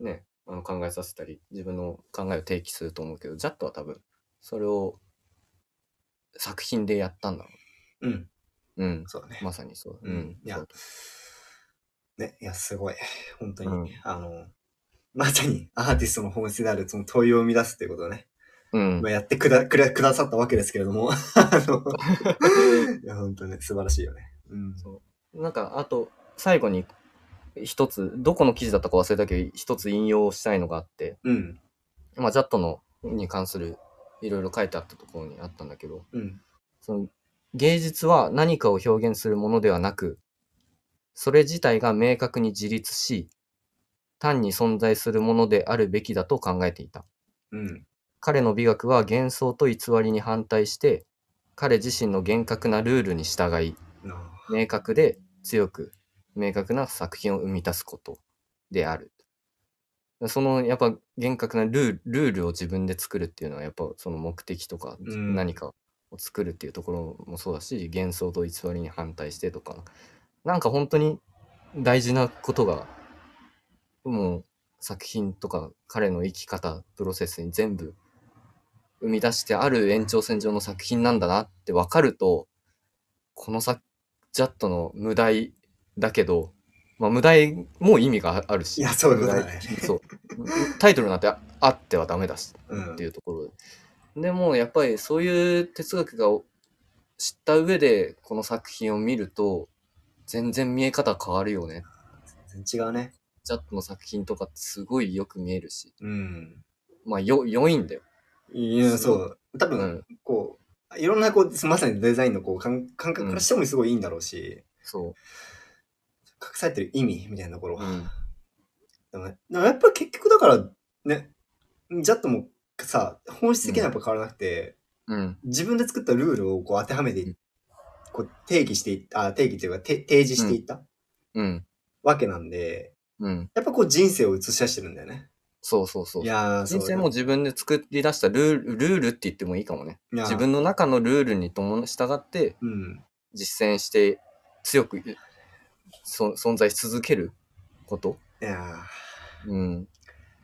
ねあの考えさせたり自分の考えを提起すると思うけどジャットは多分それを作品でやったんだろ
うん。
ううん
そうだね。
まさにそう
うんいや
そう
ね、いや、すごい。本当に、
うん
あの、まさにアーティストの本質であるその問いを生み出すっていうことをね、
うん
まあ、やってくだくだくださったわけですけれども、あ *laughs* の、
*laughs*
いや、本当ね、素晴らしいよね。うん。
なんかあと最後に一つどこの記事だったか忘れたけど一つ引用したいのがあって
うん。
まあジャットのに関するいろいろ書いてあったところにあったんだけど
うん。
その芸術は何かを表現するものではなく、それ自体が明確に自立し、単に存在するものであるべきだと考えていた。
うん。
彼の美学は幻想と偽りに反対して、彼自身の厳格なルールに従い、
なあ
明確で強く明確な作品を生み出すことである。そのやっぱ厳格なルールルールを自分で作るっていうのはやっぱその目的とか
うん
何かを作るっていうところもそうだし、幻想と偽りに反対してとかなんか本当に大事なことがもう作品とか彼の生き方プロセスに全部生み出してある延長線上の作品なんだなって分かるとこの作ジャットの無題だけど、まあ、無題も意味があるし
いや、そういうことだ
無
ね。
題そうタイトルなんてああってはダメだし
う
っ
ん
てい。うところで。でもやっぱりそういう哲学が知った上でこの作品を見ると全然見え方変わるよね。
全然違うね。
ジャットの作品とかってすごいよく見えるし、
うん。
まあよ良いんだよ。
いや、
すご
そ。
いう
多
う
分、
ん、
こう、いろんな、こう、まさにデザインのこう感感覚からしてもすごいいいんだろうし、
そ
隠されてる意味みたいなところ
う。う
が
ん、
でもねでもやっぱり結局だから、ね、ジャットもさ、本質的にはやっぱ変わらなくて、
うん、
自分で作ったルールをこう当てはめてい、こう定義していった、あ定義というかて提示していった
うん、
わけなんで、
うん、
やっぱこう人生を映し出してるんだよね。
そうそうそう
い。やー、
人
そ
生
う
も自分で作り出したルールルールって言ってもいいかもね。
いやー
自分の中のルールに伴従って
うん。
実践して強くそ存在し続けること
いや
うん、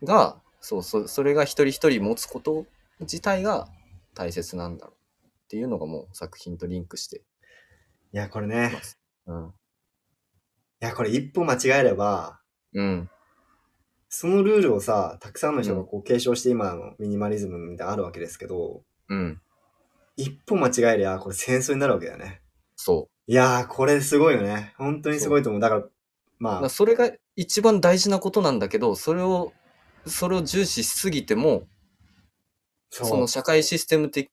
がそうそそれが一人一人持つこと自体が大切なんだろうっていうのがもう作品とリンクして、
ー、いや、これね。
うん
いや、これ一歩間違えれば、
うん
そのルールをさ、たくさんの人がこう継承して今のミニマリズムみたいなのあるわけですけど、
うん、
一歩間違えりゃ、これ戦争になるわけだよね。
そ
いやー、これすごいよね。本当にすごいと思う。だから、ま
う
あ
だ、それが一番大事なことなんだけどそれをそれを重視しすぎても
そ
その社会システム的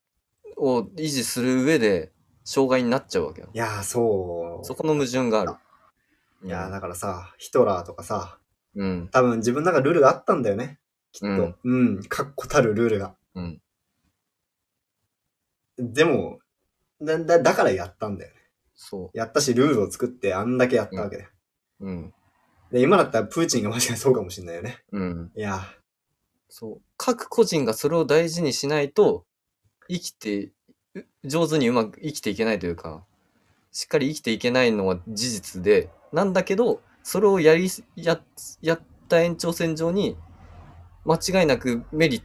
を維持する上で障害になっちゃうわけよ
いやー、そう。
そこの矛盾がある
いやー、だからさ、ヒトラーとかさ、
うん
多分自分の中でルールがあったんだよね。きっと。う
うんん、
確固たるルールが。
うん
でも、だ、だ、だからやったんだよね。
そ
やったし、ルールを作ってあんだけやったわけだよ。
ううん
で、今だったらプーチンがもしかしたらそうかもしれないよね。
うん
いや
そう。各個人がそれを大事にしないと、生きて、う上手にうまく生きていけないというか、しっかり生きていけないのは事実で、なんだけど、それをやりす、や、やった延長線上に、間違いなくメリッ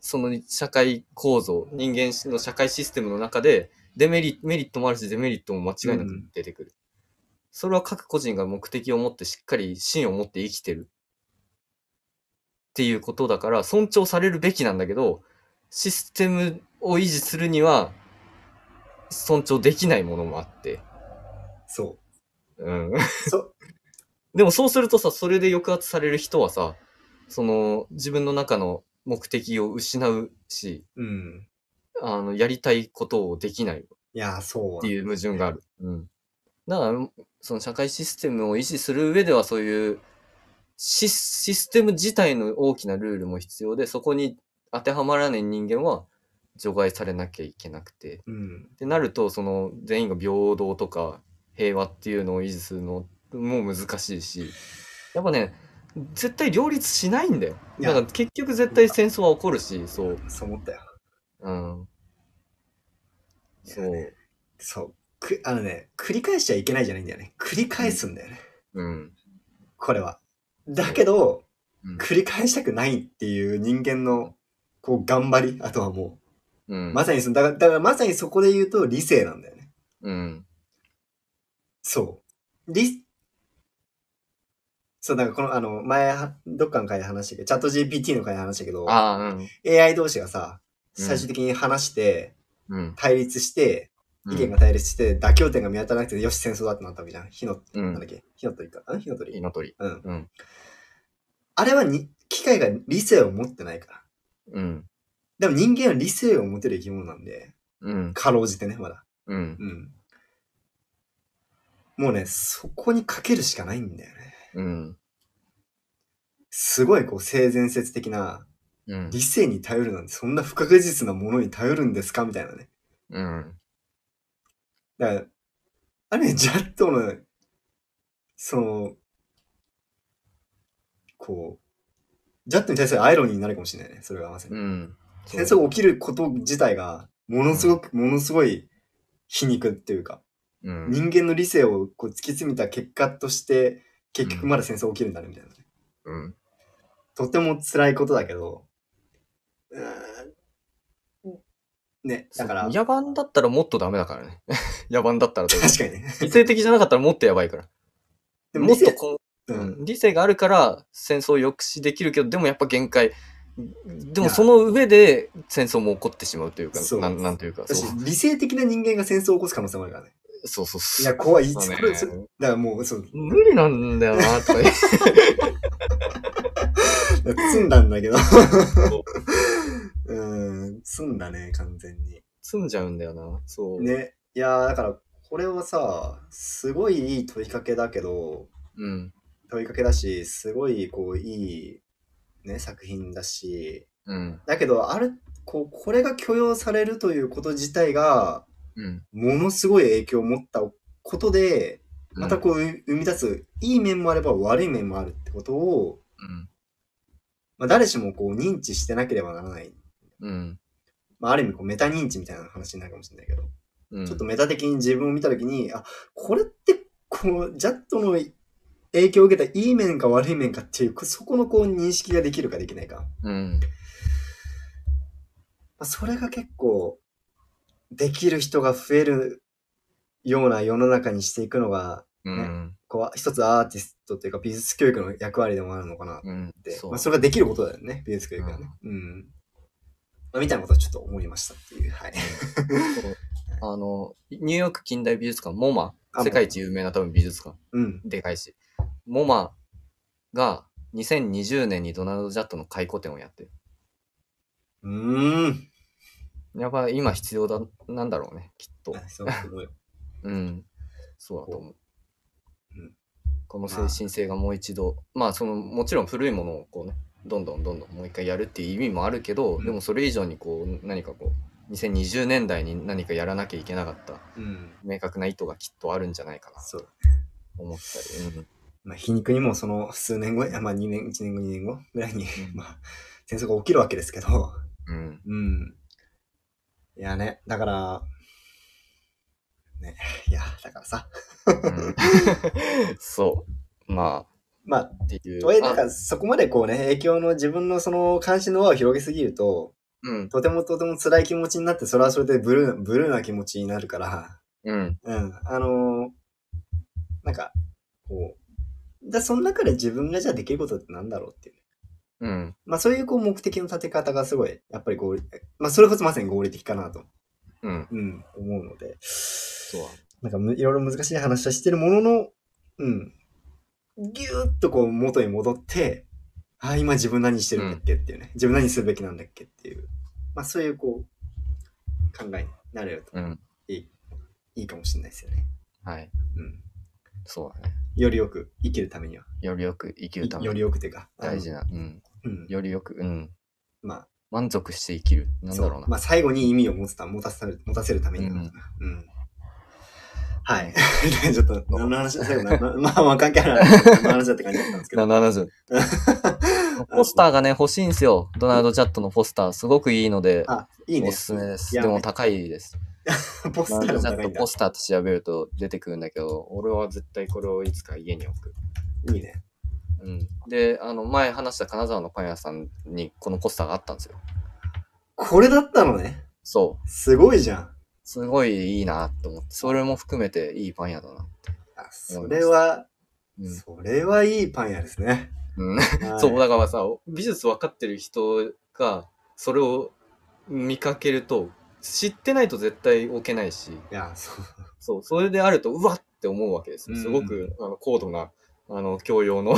その社会構造、人間の社会システムの中で、デメリメリットもあるし、デメリットも間違いなく出てくる。それは各個人が目的を持ってしっかり芯を持って生きてる。っていうことだから、尊重されるべきなんだけど、システムを維持するには、尊重できないものもあって。
そ
うん。
う。 *laughs* そ、
でもそうするとさ、それで抑圧される人はさ、その、自分の中の目的を失うし、
うん。
あの、やりたいことをできないっ
いや、そう。
ていう矛盾がある。うん。だから、その社会システムを維持する上ではそういうシス、システム自体の大きなルールも必要で、そこに当てはまらない人間は除外されなきゃいけなくて、
うん。
ってなるとその全員が平等とか平和っていうのを維持するのも難しいしやっぱね絶対両立しないんだよ
いや
だから結局絶対戦争は起こるしそう
そう思ったよ。
うんそ
いや
う
そう。く、あのね、繰り返しちゃいけないじゃないんだよね。繰り返すんだよね。
うん
これは。だけど、
うん
繰り返したくないっていう人間の、こう、頑張り、あとはも
うん
う、まさにその、だから、だからまさにそこで言うと理性なんだよね。
うん
そう。理、そう、だからこの、あの、前、はどっかの回で話したけど、チャット GPT の回で話したけど、
ああうん
AI 同士がさ、
うん
最終的に話して、
うん
対立して、
うん
意見が対立して、妥協点が見当たらなくて、よし、戦争だってなったわけじゃん。火の、
う
なんだ
ん
っけ火の鳥か。ん火の鳥
稲取
うん。
うん
あれはに、機械が理性を持ってないから。
うん
でも人間は理性を持てる生き物なんで、
うん
かろうじてね、まだ。
うん
うん。もうね、そこにかけるしかないんだよね。
うん
すごいこう、性善説的な、
うん
理性に頼るなんて、そんな不確実なものに頼るんですかみたいなね。
うん
だから、あれね、ジャットの、その、こう、ジャットに対するアイロニーになるかもしれないね、それはまさに。
うん
戦争が起きること自体が、ものすごく、ものすごい皮肉っていうか、
うん
人間の理性をこう突き詰めた結果として、結局まだ戦争起きるんだね、みたいなね。
うん
とても辛いことだけど、うーんね、だから、確
野蛮だったらもっとダメだからね *laughs* 野蛮だった
*laughs*
らというか
かにね。
理性的じゃなかったらもっとやばいから。
で
もっ
理
と
性
こう、
うん、
理性があるから戦争を抑止できるけど、でもやっぱ限界。で
い
も
や
その上で戦争も起こってしまうというか、
そう
なんなんというか、そ
私
う、
理性的な人間が戦争を起こす可能性もあるからね。
そうそう
い
そ
や、
う。
怖い。いつ
そうね
これ、そだからもう、そう、
無理なんだよ
*laughs*
な、とか言って。
積んだんだけど。 *laughs* うん、積んだね、完全に。
詰んじゃうんだよな、そう。
ね。いやー、だから、これはさ、すごいいい問いかけだけど、
うん。
問いかけだし、すごい、こう、いい、ね、作品だし、
うん。
だけど、ある、こう、これが許容されるということ自体が、
うん。
ものすごい影響を持ったことで、またこう、生み出す、いい面もあれば悪い面もあるってことを、
うん。
まあ、誰しもこう認知してなければならない。
うん。
まあ、ある意味こうメタ認知みたいな話になるかもしれないけど、
うん。
ちょっとメタ的に自分を見たときに、あ、これってこう、ジャットの影響を受けたいい面か悪い面かっていう、そこのこう認識ができるかできないか。ま
うん。
あ、それが結構、できる人が増えるような世の中にしていくのが、
うん。
こう、一つアーティストというか美術教育の役割でもあるのかなっ
うん。
て。
そう
まあ、それができることだよね、美術教育はね。うん。まあ、みたいなことをちょっと思いましたっていう。はい。
そうあの、ニューヨーク近代美術館、モマ、
あ
*laughs* 世界一有名な多分美術館。
うん。
でかいし。モマが2020年にドナルド・ジャットの回顧展をやってる。
うーん。
やっぱ今必要だ、なんだろうね、きっと。
そうだと思う
*laughs*
よ。
うん。そうだと思う
うん。
この精神性がもう一度、まあその、もちろん古いものをこうね、どんどんどんどんもう一回やるっていう意味もあるけど、
うん
でもそれ以上にこう、何かこう、2020年代に何かやらなきゃいけなかった
うん。
明確な意図がきっとあるんじゃないかなと
そう。
思ったり。うん
まあ、皮肉にもその数年後、いやまあ2年、1年後、2年後ぐらいに、
う
*laughs*
ん
まあ、戦争が起きるわけですけど、
うん。
うん。いやね、だから、ね、いや、だからさ、
うん、そう。ま
まあ、
あ、っていう。
とはいえ、なん
あ
かそこまでこうね、影響の自分のその関心の輪を広げすぎると、
うん。
とてもとても辛い気持ちになって、それはそれでブルー、ブルーな気持ちになるから、
うん。
うん。あのーなんか、こう、だその中で自分がじゃあできることってなんだろうっていう。
うん。
まあそういうこう目的の立て方がすごい、やっぱり合理、まあそれこそまさに合理的かなと、
うん。
うん、思うので、
そうだ。
なんかむいろいろ難しい話はしてるものの、うん、ぎゅーっとこう元に戻って、ああ、今自分何してるんだっけっていうね、自分何するべきなんだっけっていう、まあそういうこう、考えになれると
うん。
いいかもしれないですよね。
はい。
うん。
そうだね。
よりよく生きるためには。
よりよく生きるため
より
に
よくてか。あの
大事な。うん。
うん。
よりよく、うん。
まあ、
満足して生きる。なんだろう
そ
な。
まあ、最後に意味を持つた、持たせる、持たせるためになのかな。うん。はい。 *laughs* ちょっと、何の話、最後な、なまあまあ関係ない話、何の話だって感じだったんですけど。
70。ポスターがね、欲しいんですよ。ドナルド・チャットのポスター。すごくいいので、
あ、いいね。
おすすめです。
いや
でも高いです。
ポス
ドナ
ター
ルド・
の
チャ
高い
ット
んだ
ポ。スターと調べると出てくるんだけど、俺は絶対これをいつか家に置く。
いいね。
うん。で、あの、前話した金沢のパン屋さんにこのポスターがあったんですよ。
これだったのね。
そう。
すごいじゃん。
すごいいいなと思って、それも含めていいパン屋だな。
あそれは、
うん
それはいいパン屋ですね。
うん。
はい
*laughs* そう、だからさ、美術分かってる人が、それを見かけると、知ってないと絶対置けないし、
いや、そう。
そう、それであると、うわっって思うわけですよ。
うん
すごく、あの、高度な、あの、教養の、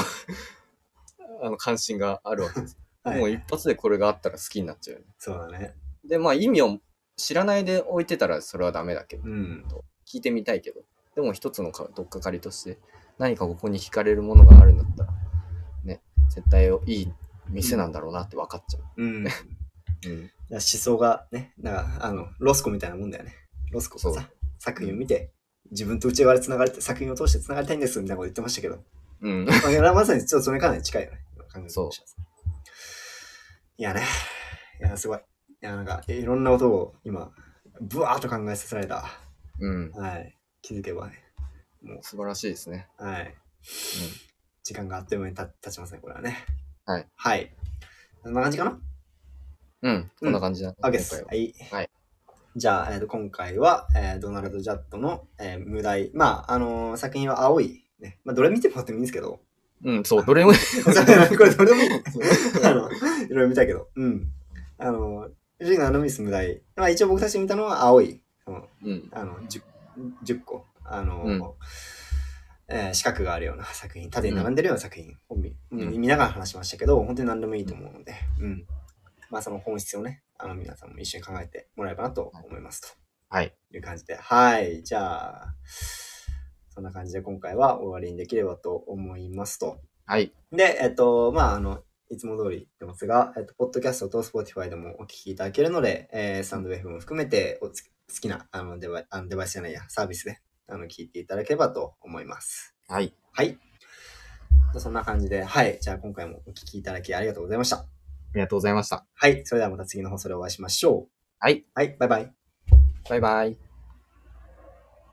*laughs* あの、関心があるわけです。
は
もう
い。
一発でこれがあったら好きになっちゃうよね。
そうだね。
で、まあ、意味を知らないで置いてたら、それはダメだけど、
うん。
聞いてみたいけど、でも一つのか、どっかかりとして、何かここに惹かれるものがあるんだったら、ね、絶対いい店なんだろうなって分かっちゃう。
うん。
うん、
思想がね、だから、あの、ロスコみたいなもんだよね。ロスコが
そう
さ、作品を見て、自分と内側で繋がれて、作品を通して繋がりたいんですみたいなこと言ってましたけど、
うん、
まあいやまさにちょっとそれかなり近いよね。今考えてみました
そう
いやね、いや、すごい。いや、なんか、いろんなことを今、ぶわーっと考えさせられた。
うん、
はい。気づけばね、も
素晴らしいですね。
う、はい。時間があっという間にた経ちますね、これはね。
はい。
はい。こんな感じかな
うん、こんな感じだ、ね
わけで
今
す。
回は
はい。
はい
じゃあ、えー、と今回は、えードナルド・ジャットの、えー無題。まあ、あのー作品は青い、ね。まあ、どれ見てもらってもいいんですけど。
うん、そう、どれも、
これどれでもいい。あの、いろいろ見たけど。うん。あのー、ジーナ・ルミス無題。まあ、一応僕たち見たのは青い。うん
うん、
あの、10, 10個。あのー、
うん
えー四角があるような作品、縦に並んでるような作品を見,、うん見ながら話しましたけど、本当に何でもいいと思うので、うん。まあその本質をね、あの皆さんも一緒に考えてもらえばなと思います
はい。
という感じで、はい。じゃあ、そんな感じで今回は終わりにできればと思いますと。
はい。
で、えっと、まあ、あの、いつも通り言ってますが、えっと、ポッドキャストと Spotify でもお聞きいただけるので、えー、サンドウェブも含めておつ好きなあのデバイあのデバイスじゃないや、サービスで、あの、聞いていただければと思います。
はい。
はい。そんな感じで、はい。じゃあ今回もお聞きいただきありがとうございました。
ありがとうございました。
はい。それではまた次の放送でお会いしましょう。
はい。
はい。バイバイ。
バイバイ。